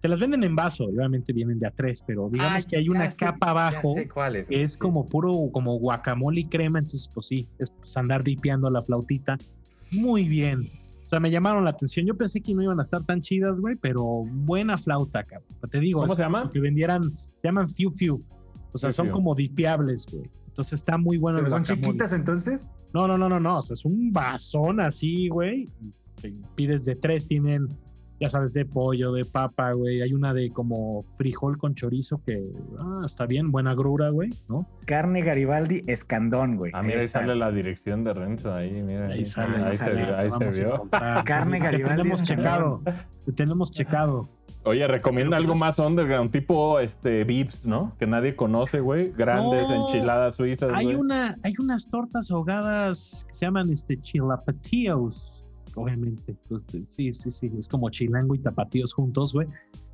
Te las venden en vaso, obviamente vienen de a tres, pero digamos Ah, que hay ya una sé, capa Ya abajo sé cuál es. que es como puro, como guacamole y crema, entonces pues sí, es pues, andar vipeando la flautita. Muy bien. O sea, me llamaron la atención. Yo pensé que no iban a estar tan chidas, güey, pero buena flauta, cabrón. Te digo, ¿Cómo es se llama? como que vendieran, se llaman Fiu Fiu. O sea, Fiu son Fiu. como dipeables, güey. Entonces está muy bueno Pero el son guacamole. chiquitas entonces. No, no, no, no, no. O sea, es un vasón así, güey. Te Pides de tres, tienen, ya sabes, de pollo, de papa, güey. Hay una de como frijol con chorizo que ah, está bien, buena grura, güey, ¿no? Carne Garibaldi escandón, güey. Ah, mira, ahí está. sale la dirección de Renzo. Ahí, mira. Ahí sale, ahí se vio. Ahí se vio. Carne Garibaldi Tenemos es checado. Te tenemos checado. Oye, recomienda algo más underground, tipo este Vips, ¿no? Que nadie conoce, güey. Grandes No. enchiladas suizas, Hay Pues, güey. una, hay unas tortas ahogadas que se llaman este chilapatíos, obviamente. Entonces, sí, sí, sí. Es como chilango y tapatíos juntos, güey.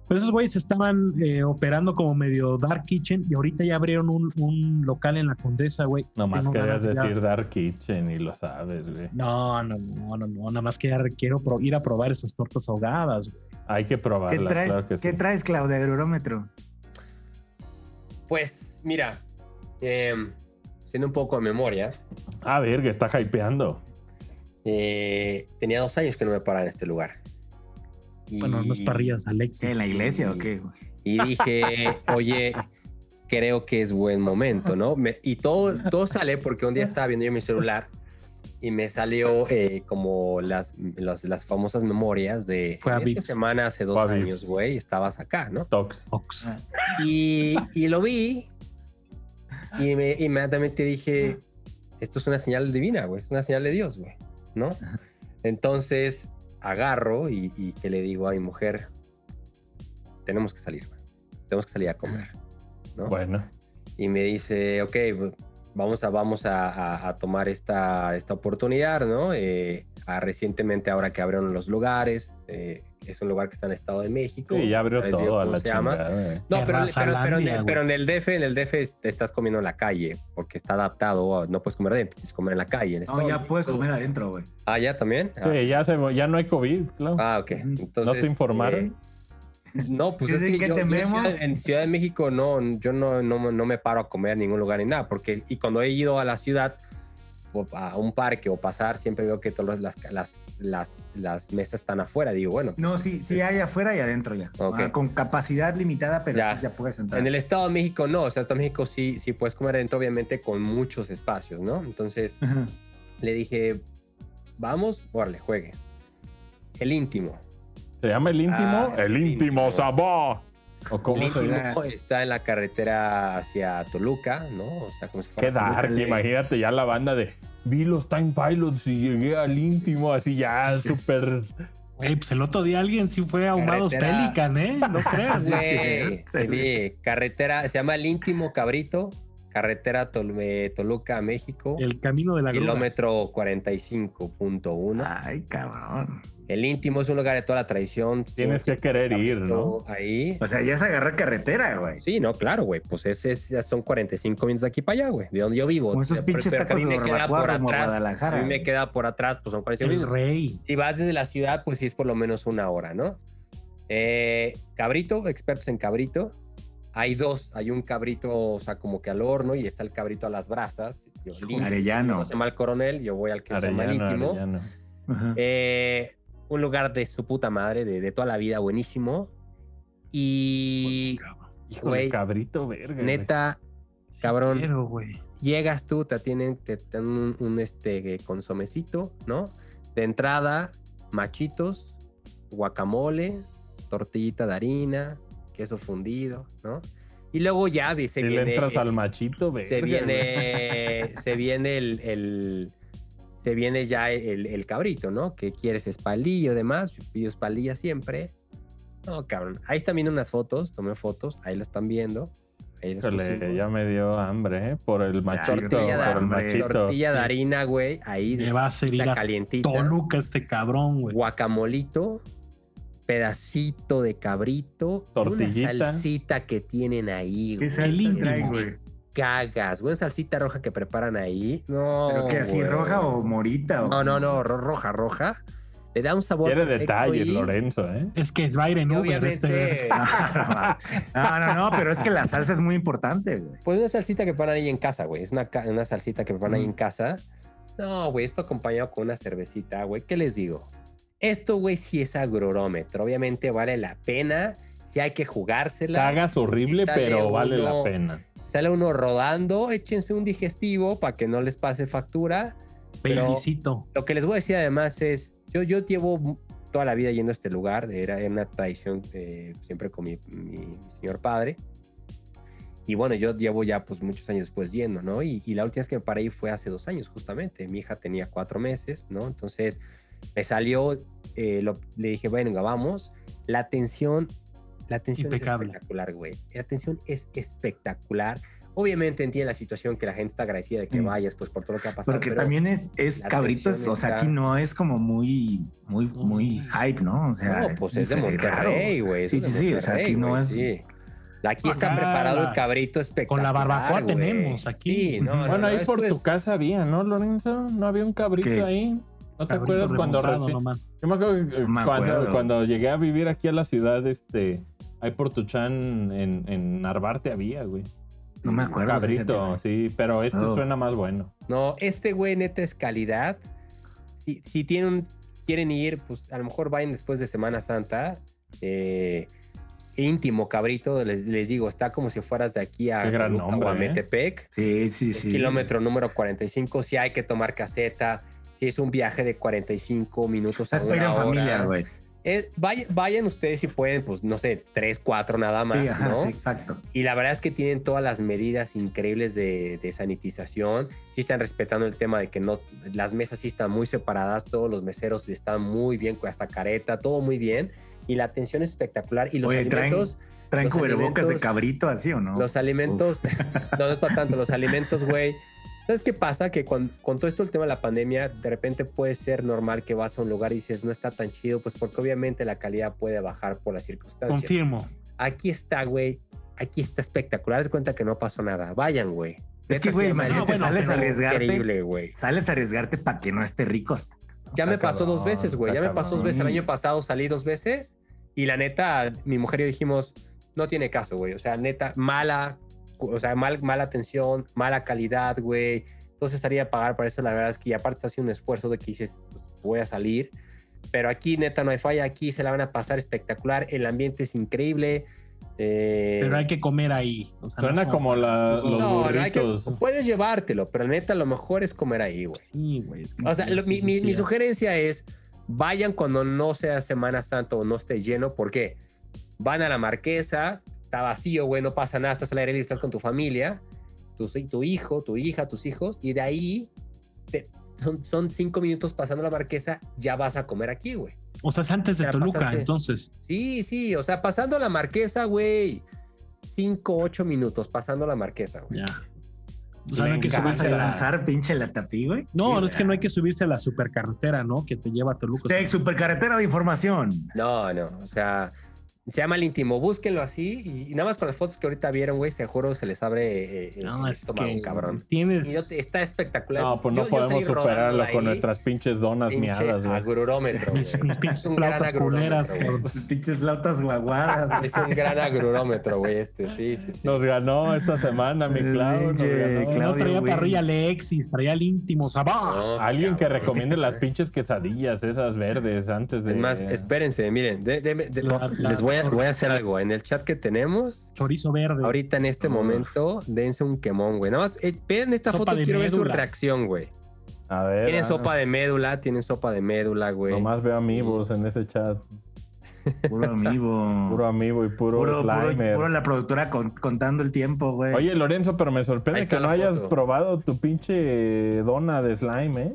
Pero esos güeyes estaban eh, operando como medio dark kitchen y ahorita ya abrieron un, un local en la Condesa, güey. Nomás Tengo querías ganas ya- decir Dark Kitchen y lo sabes, güey. No, no, no, no, no. Nada más que ya quiero pro- ir a probar esas tortas ahogadas, güey. Hay que ¿Qué probarlas, traes, claro que ¿qué sí. traes, Claudia, del Eurómetro? Pues, mira, em, siendo un poco de memoria, Ah, verga, está hypeando. eh, tenía dos años que no me paraba en este lugar. Y- Bueno, unas parrillas, Alexis. ¿En la iglesia o qué? güey? Y dije, oye, creo que es buen momento, ¿no? Me- y todo, todo sale porque un día estaba viendo yo mi celular y me salió eh, como las, las, las famosas memorias de Fue a esta Vips. semana, hace dos Fue a Vips. años, güey, estabas acá, ¿no? Tox. Ox. Ah. Y, y lo vi y me, inmediatamente dije, esto es una señal divina, güey, es una señal de Dios, güey, ¿no? Entonces agarro y, y que le digo a mi mujer, tenemos que salir, güey, tenemos que salir a comer, ¿no? Bueno, Y me dice, ok, bu- vamos a, vamos a, a- a tomar esta, esta oportunidad, ¿no? Eh, a- recientemente ahora que abrieron los lugares, eh, es un lugar que está en el Estado de México. sí, ya abrió les digo todo a cómo la se llama. chingada. güey. No, pero, pero, pero en Terrazalandia, el, güey. pero en el DF, en el DF es- te estás comiendo en la calle, porque está adaptado, a- no puedes comer dentro, puedes comer en la calle. No, en Estados ya Unidos. puedes comer adentro, güey. Ah, ya también. Ah, Sí, ya, se, ya no hay COVID, claro. Ah, ok. Ujú. Entonces, ¿No te informaron? eh, no, pues es Dicen que, que yo, yo en tememos. Ciudad- en Ciudad de México no, yo no, no, no me paro a comer en ningún lugar ni nada, porque y cuando he ido a la ciudad o a un parque o pasar, siempre veo que todas las, las, las, las mesas están afuera. Digo, bueno, No, sí, sí hay afuera y adentro ya. Ok. Ah, con capacidad limitada, pero Ya. sí ya puedes entrar. En el Estado de México no, o sea, Estado de México sí, sí puedes comer adentro, obviamente con muchos espacios, ¿no? Entonces Ajá. le dije, vamos, órale, juegue. El íntimo. Se llama el íntimo. Ah, el el íntimo íntimo. sabor. ¿O El cómo se íntimo llama? llama? está en la carretera hacia Toluca, ¿no? O sea, como si fuera... Qué dark, Ándale. imagínate ya la banda de vi los Time Pilots y llegué al íntimo, así ya súper. Güey, pues el otro día alguien sí fue ahumados Carretera. Pelican, ¿eh? No creas, güey. Sí, sí, sí, carretera, se llama el íntimo Cabrito, carretera Tol- eh, Toluca, México, El camino de la grúa. kilómetro 45.1. Ay, cabrón. El íntimo es un lugar de toda la tradición. Tienes que siempre querer ir, ¿no? Cabrito Ahí, O sea, ya es agarrar carretera, güey. Sí, no, claro, güey. Pues ese es- ya son 45 minutos de aquí para allá, güey. De donde yo vivo. Como esos Pero- pinches pero que a mí tacos de me queda barbacoa por como atrás. A Guadalajara. mí me queda por atrás, pues son 45 El minutos. rey. Si vas desde la ciudad, pues sí es por lo menos una hora, ¿no? Eh, cabrito, expertos en cabrito. Hay dos. Hay un cabrito, o sea, como que al horno y está el cabrito a las brasas. Yo, el íntimo, Arellano. uno se llama el coronel, yo voy al que se llama el Arellano, íntimo. Arellano. Ajá. Eh, un lugar de su puta madre, de, de toda la vida, buenísimo. Y, Pues, Hijo Güey, cabrito, verga. güey. neta, Cabrón. Pero, güey. llegas tú, te atienden, te dan un, un, este eh, consomecito, ¿no? De entrada, machitos, guacamole, tortillita de harina, queso fundido, ¿no? Y luego ya vi- se Si viene, le entras eh, al machito, verga. se güey. viene, se viene el, el- se viene ya el, el cabrito, ¿no? Que quieres espaldillo, demás, pido espaldilla siempre. No, cabrón. Ahí están viendo unas fotos, tomé fotos, ahí las están viendo. Ahí las Híjole, pusimos. ya me dio hambre, ¿eh? Por el machito, Tortilla de por el hambre. machito. tortilla de harina, güey, ahí Le va a hacer ir la a calientita, Toluca este cabrón, güey. guacamolito, pedacito de cabrito, Tortillita. una salsita que tienen ahí, ¿Qué güey. salsa íntimo. trae, güey? Cagas, güey, una salsita roja que preparan ahí. No. ¿Pero qué, así güey. roja o morita? o- No, no, no, ro- roja, roja. Le da un sabor. Quiere perfecto detalles, y- Lorenzo, ¿eh? Es que es Byron y Uber este. Obviamente. No, no, no, pero es que la salsa es muy importante, güey. Pues una salsita que preparan ahí en casa, güey. Es una, ca- una salsita que preparan ahí Mm. en casa. No, güey, esto acompañado con una cervecita, güey. ¿Qué les digo? Esto, güey, sí es agrorómetro. Obviamente vale la pena. Si hay que jugársela. Cagas horrible, Y sale pero vale la uno- pena. Sale uno rodando. Échense un digestivo para que no les pase factura. Pero- Felicito. Lo que les voy a decir además es, yo, yo llevo toda la vida yendo a este lugar, era, era una tradición eh, siempre con mi, mi señor padre. Y bueno, yo llevo ya pues muchos años después yendo, ¿no? Y, y la última vez que me paré ahí fue hace dos años, justamente. Mi hija tenía cuatro meses, ¿no? Entonces me salió, eh, lo- le dije, venga, vamos. La atención, la atención es Impecable. espectacular, güey. La atención es espectacular. Obviamente entiende la situación que la gente está agradecida de que Mm. vayas, pues por todo lo que ha pasado. Porque pero- también es, es la cabritos, atención o sea, está- aquí no es como muy, muy, muy hype, ¿no? O sea, No, pues es de muy raro, Monterrey, güey. Sí, es de sí, sí, o sea, Monterrey, aquí no güey, es- sí. Aquí está Acá preparado el la- cabrito espectacular. con la barbacoa güey. tenemos aquí. Sí, no, no, Bueno, no, ahí esto por tu este es- casa había, ¿no, Lorenzo? ¿No había un cabrito ¿Qué? ahí? ¿No Cabrito te acuerdas cuando remozado recién- nomás. Yo me acuerdo que, eh, No me cuando, acuerdo. cuando llegué a vivir aquí a la ciudad, este, ahí por Tuchán en, en Narvarte había, güey. No me acuerdo. Cabrito, fíjate. sí, pero este No. suena más bueno. No, este güey neta es calidad. Si, si tienen, un- quieren ir, pues a lo mejor vayan después de Semana Santa. eh, íntimo cabrito, les, les digo, está como si fueras de aquí a, Qué gran Toluca o nombre, a ¿eh? Metepec. Sí, sí, Es sí. Kilómetro número 45, si hay que tomar caseta, si es un viaje de 45 O minutos sea, a es para ir una en hora. familia, güey. Eh, vaya- vayan ustedes si pueden, pues no sé, tres, cuatro nada más, Sí, ajá, ¿no? sí, exacto. Y la verdad es que tienen todas las medidas increíbles de, de sanitización. Sí están respetando el tema de que no, las mesas sí están muy separadas, todos los meseros están muy bien, con hasta careta, todo muy bien. Y la atención es espectacular. Y los Oye, traen- alimentos, ¿Traen Los cubrebocas de alimentos- cabrito así o no? los alimentos, no, no es para tanto, los alimentos, güey. ¿Sabes qué pasa? Que con, con todo esto el tema de la pandemia, de repente puede ser normal que vas a un lugar y dices, no está tan chido, pues porque obviamente la calidad puede bajar por las circunstancias. Confirmo. aquí está, güey. Aquí está espectacular. Haz de cuenta que no pasó nada. Vayan, güey. Es que, Neta, güey, sí, imagínate, no, bueno, sales a pero arriesgarte. Increíble, güey. Sales a arriesgarte para que no esté rico. Pues, Ya me Está pasó dos cabrón, veces, güey. Ya está me pasó dos cabrón. veces. El año pasado salí dos veces y la neta, mi mujer y yo dijimos, no tiene caso, güey. O sea, neta, mala, o sea, mal, mala atención, mala calidad, güey. Entonces salía a pagar para eso. La verdad es que y aparte está haciendo un esfuerzo de que dices, pues voy a salir. Pero aquí, neta, no hay falla. Aquí se la van a pasar espectacular. El ambiente es increíble. Eh, Pero hay que comer ahí. O sea, Suena no- como la- los No, no hay que- burritos. puedes llevártelo, pero neta, lo mejor es comer ahí, güey. pues, Sí, güey. es que O sea, sí, lo- sí, mi, mi- sí, mi sí. sugerencia es, vayan cuando no sea Semana Santa o no esté lleno, porque van a la marquesa, está vacío, güey, no pasa nada, estás al aire libre, estás con tu familia, tu, tu hijo, tu hija, tus hijos, y de ahí te- son, son cinco minutos pasando la marquesa, ya vas a comer aquí, güey. O sea, es antes de Ya Toluca, pasaste. entonces. Sí, sí, o sea, pasando la marquesa, güey, cinco, ocho minutos pasando la marquesa, güey. Ya. O sea, Me no hay que encanta. Vas subirse a a la... lanzar pinche la tapí, güey. No, Sí, es que no hay que subirse a la supercarretera, ¿no? Que te lleva a Toluca. Tec, supercarretera de información. No, no, o sea, Se llama El Íntimo, búsquenlo así. Y, y nada más con las fotos que ahorita vieron, güey, se juro se les abre eh, el, No, el es estómago, que cabrón. tienes. Y no te- está espectacular. No, pues no Yo- yo podemos salí rodando superarlo ahí, con nuestras pinches donas pinche miadas, güey. Agrurómetro. mis, güey. mis pinches Un gran flautas culeras, agrurómetro, güey. cabrón. Pinches lautas guaguadas. Es un gran agrurómetro, güey, este, sí, sí, sí. Nos ganó esta semana, mi El Clau. nos pinche ganó. Clau. No Claudio traía Wills. parrilla Alexis, traía el íntimo Sabá. No, Alguien que cabrón. recomiende las pinches quesadillas, esas verdes, antes de. Es más, espérense, miren, de- de- de- La- la- les voy a, voy a hacer algo. En el chat que tenemos, Chorizo verde. ahorita en este Uf. momento, dense un quemón, güey. Nada más, eh, vean esta Sopa foto, de quiero ver su médula. reacción, güey. A ver. Tienen ah, sopa de médula, tienen sopa de médula, güey. Nomás veo amigos en ese chat. Puro amigo. Puro amigo y puro, Puro, puro- slimer. puro la productora con- contando el tiempo, güey. Oye, Lorenzo, pero me Ahí sorprende está que no la hayas foto. probado tu pinche dona de slime, ¿eh?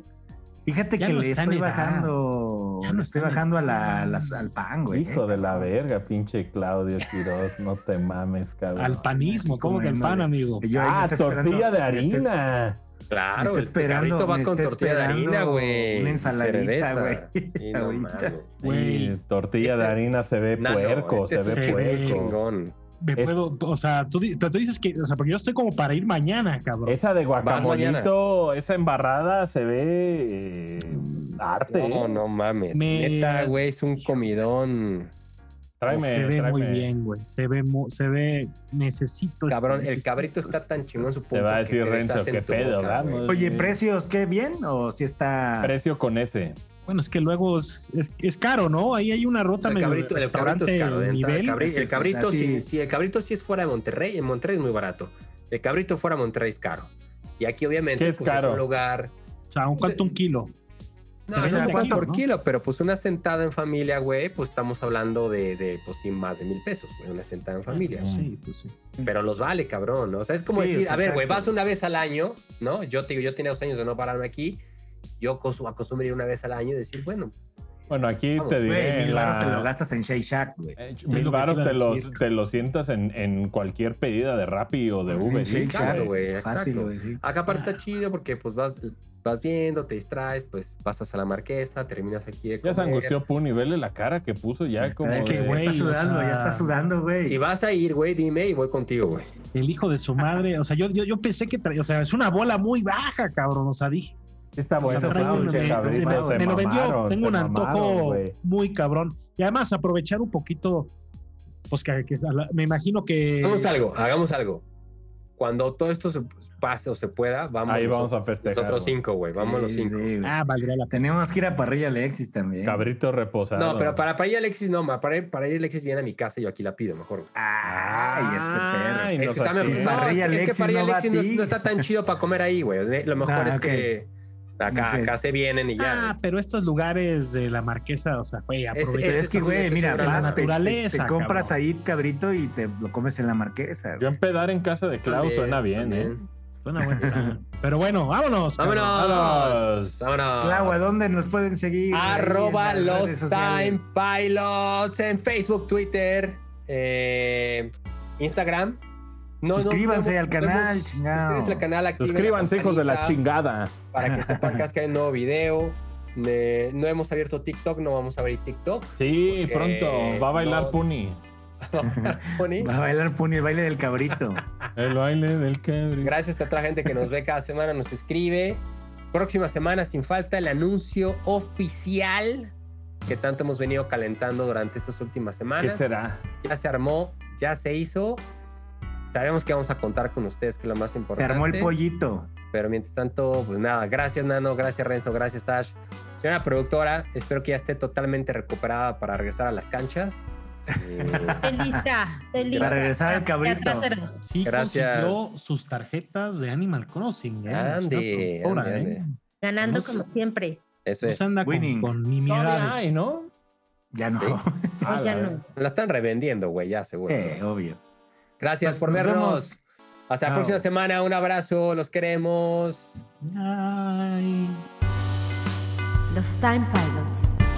Fíjate ya que no le está estoy en edad. bajando. Ya no le está estoy en bajando a la, edad. las- al pan, güey. eh. Hijo de la verga, pinche Claudio Quiroz. No te mames, cabrón. al panismo, ¿cómo que el pan, Comiéndole. amigo? Yo ahí me ah, está esperando- tortilla de me está- harina. me Claro, está el perrito esperando- va me con está tortilla de harina, esperando güey. una y ensaladita, cerveza. güey, Sí, no ahorita. mames. Güey, Sí, tortilla este- de harina se ve Nano, puerco, este se ve se ve puerco. chingón. Me Es- puedo, o sea, tú, di- pero tú dices que, o sea, porque yo estoy como para ir mañana, cabrón. Esa de mañana? guacamolito, esa embarrada se ve eh, arte. ¿eh? No, no mames. Me- Neta, güey, es un comidón. Tráeme, se ve muy tráeme. bien, güey. Se ve, mu- se ve, necesito. este Cabrón, necesito Pues, este el cabrito esto. está tan chingón su Te va a decir Renzo, qué pedo, vamos. Oye, precios, ¿qué bien? ¿O si está.? Precio con ese. Bueno, es que luego es, es, es caro, ¿no? Ahí hay una ruta El medio de cabrito, el cabrito es restaurante caro. de entrada, nivel. El cabrito, Sí, el sí, cabrito o sea, si, sí. si el cabrito si es fuera de Monterrey, en Monterrey es muy barato. El cabrito fuera de Monterrey es caro. Y aquí obviamente ¿Qué es pues, caro? un lugar pues, O sea, ¿un cuánto un kilo? No, También no, es de por kilo, por ¿no? kilo, pero pues una sentada en familia, güey, pues estamos hablando de, de pues sí, más de mil pesos, güey, una sentada en familia. Mm. Sí, pues sí. Pero los vale, cabrón, ¿no? O sea, es como Sí, decir, o sea, a ver, güey, exacto. vas una vez al año, ¿no? Yo te digo, yo tenía dos años de no pararme aquí, yo cosu- acostumbro ir una vez al año y decir, bueno, Bueno, aquí Vamos, te Güey, diré. mil en baros la- te lo gastas en Shake Shack, güey. Eh, Es Mil lo que baros te iba te a los- decir. te lo sientas en, en cualquier pedida de Rappi o de En Uber. Shake Eats, Shack, Shack, güey. güey, Fácil, exacto. güey, sí. acá aparte está chido porque pues vas, vas viendo, te distraes, pues pasas a la marquesa, terminas aquí de Ya se comer. angustió Puni, vele la cara que puso ya como. Es que, de- güey, está güey, o sudando, sea- ya está sudando, güey. Si vas a ir, güey, dime y voy contigo, güey. El hijo de su madre, o sea, yo, yo, yo pensé que traía, o sea, es una bola muy baja, cabrón, o sea, dije. Está o sea, bueno, ese trae fue un- un pinche me, cabrito, se me- cabrito, se me lo vendió, mamaron, tengo se un mamaron, antojo güey. muy cabrón. Y además aprovechar un poquito, pues que, que- me imagino que... Hagamos algo, hagamos algo. Cuando todo esto se pase o se pueda, vamos. Ahí vamos nosotros- a festejar. Nosotros güey. cinco, güey. Vamos los Sí, cinco. sí, güey. Ah, valdría la Tenemos que ir a Parrilla Alexis también. Cabrito reposado. No, pero para, para ir Alexis, no, ma, para, ir- para ir Alexis viene a mi casa y yo aquí la pido mejor. güey. Ay, este perro. Ay, Es nos que, está activó. mejor- Para ir no, es que Alexis, para ir no va a Alexis no, ti. no está tan chido para comer ahí, güey. Le- Lo mejor Ah, es ok. que acá, Sí. acá se vienen y ya. Ah, pero estos lugares de la marquesa, o sea, güey, aprovecha. Pero es que, Este es güey, un- mira, este es vas, una te, te, naturaleza, te compras cabrón. ahí cabrito y te lo comes en la marquesa. güey. Yo empedar en casa de Clau También, suena bien, ¿eh? también. Suena buen plan. Pero bueno, vámonos. cabrón. Vámonos. Vámonos. Clau, ¿a dónde nos pueden seguir? Arroba Ahí en las los redes Time sociales. Pilots en Facebook, Twitter, eh, Instagram. No, no, Suscríbanse no, al no, canal, no, chingao. Suscríbanse al canal. activen la Suscríbanse, hijos de la campanita chingada. Para que sepan que has caído un nuevo video. Eh, no hemos abierto TikTok, no vamos a abrir TikTok. Sí, Porque pronto. Va a bailar no- Puni. Pony. Va a bailar Puni, el baile del cabrito. El baile del cabrito. Gracias a toda la gente que nos ve cada semana, nos escribe. Próxima semana, sin falta, el anuncio oficial que tanto hemos venido calentando durante estas últimas ¿Qué semanas. será? ya se armó, ya se hizo. Sabemos que vamos a contar con ustedes, que es lo más Se importante. armó el pollito. Pero mientras tanto, pues nada, gracias Nano, gracias Renzo, gracias Ash. Señora productora, espero que ya esté totalmente recuperada para regresar a las canchas. Eh, Felista, felista. Para regresar al cabrito. Sí, Gracias. consiguió sus tarjetas de Animal Crossing. ¿eh? Ande, Es una ande, productora, ande. ¿eh? Ganando No sé. como siempre. Eso No es. se anda Winning. con, con Todavía nimiedades. hay, ¿no? Ya no. Ah, Hoy la pues ya ver- no. La están revendiendo, güey, ya seguro. Eh, obvio. Gracias Pues por nos vernos. vemos. Hasta la Chao. próxima semana. Un abrazo, los queremos. Ay. Los Time Pilots.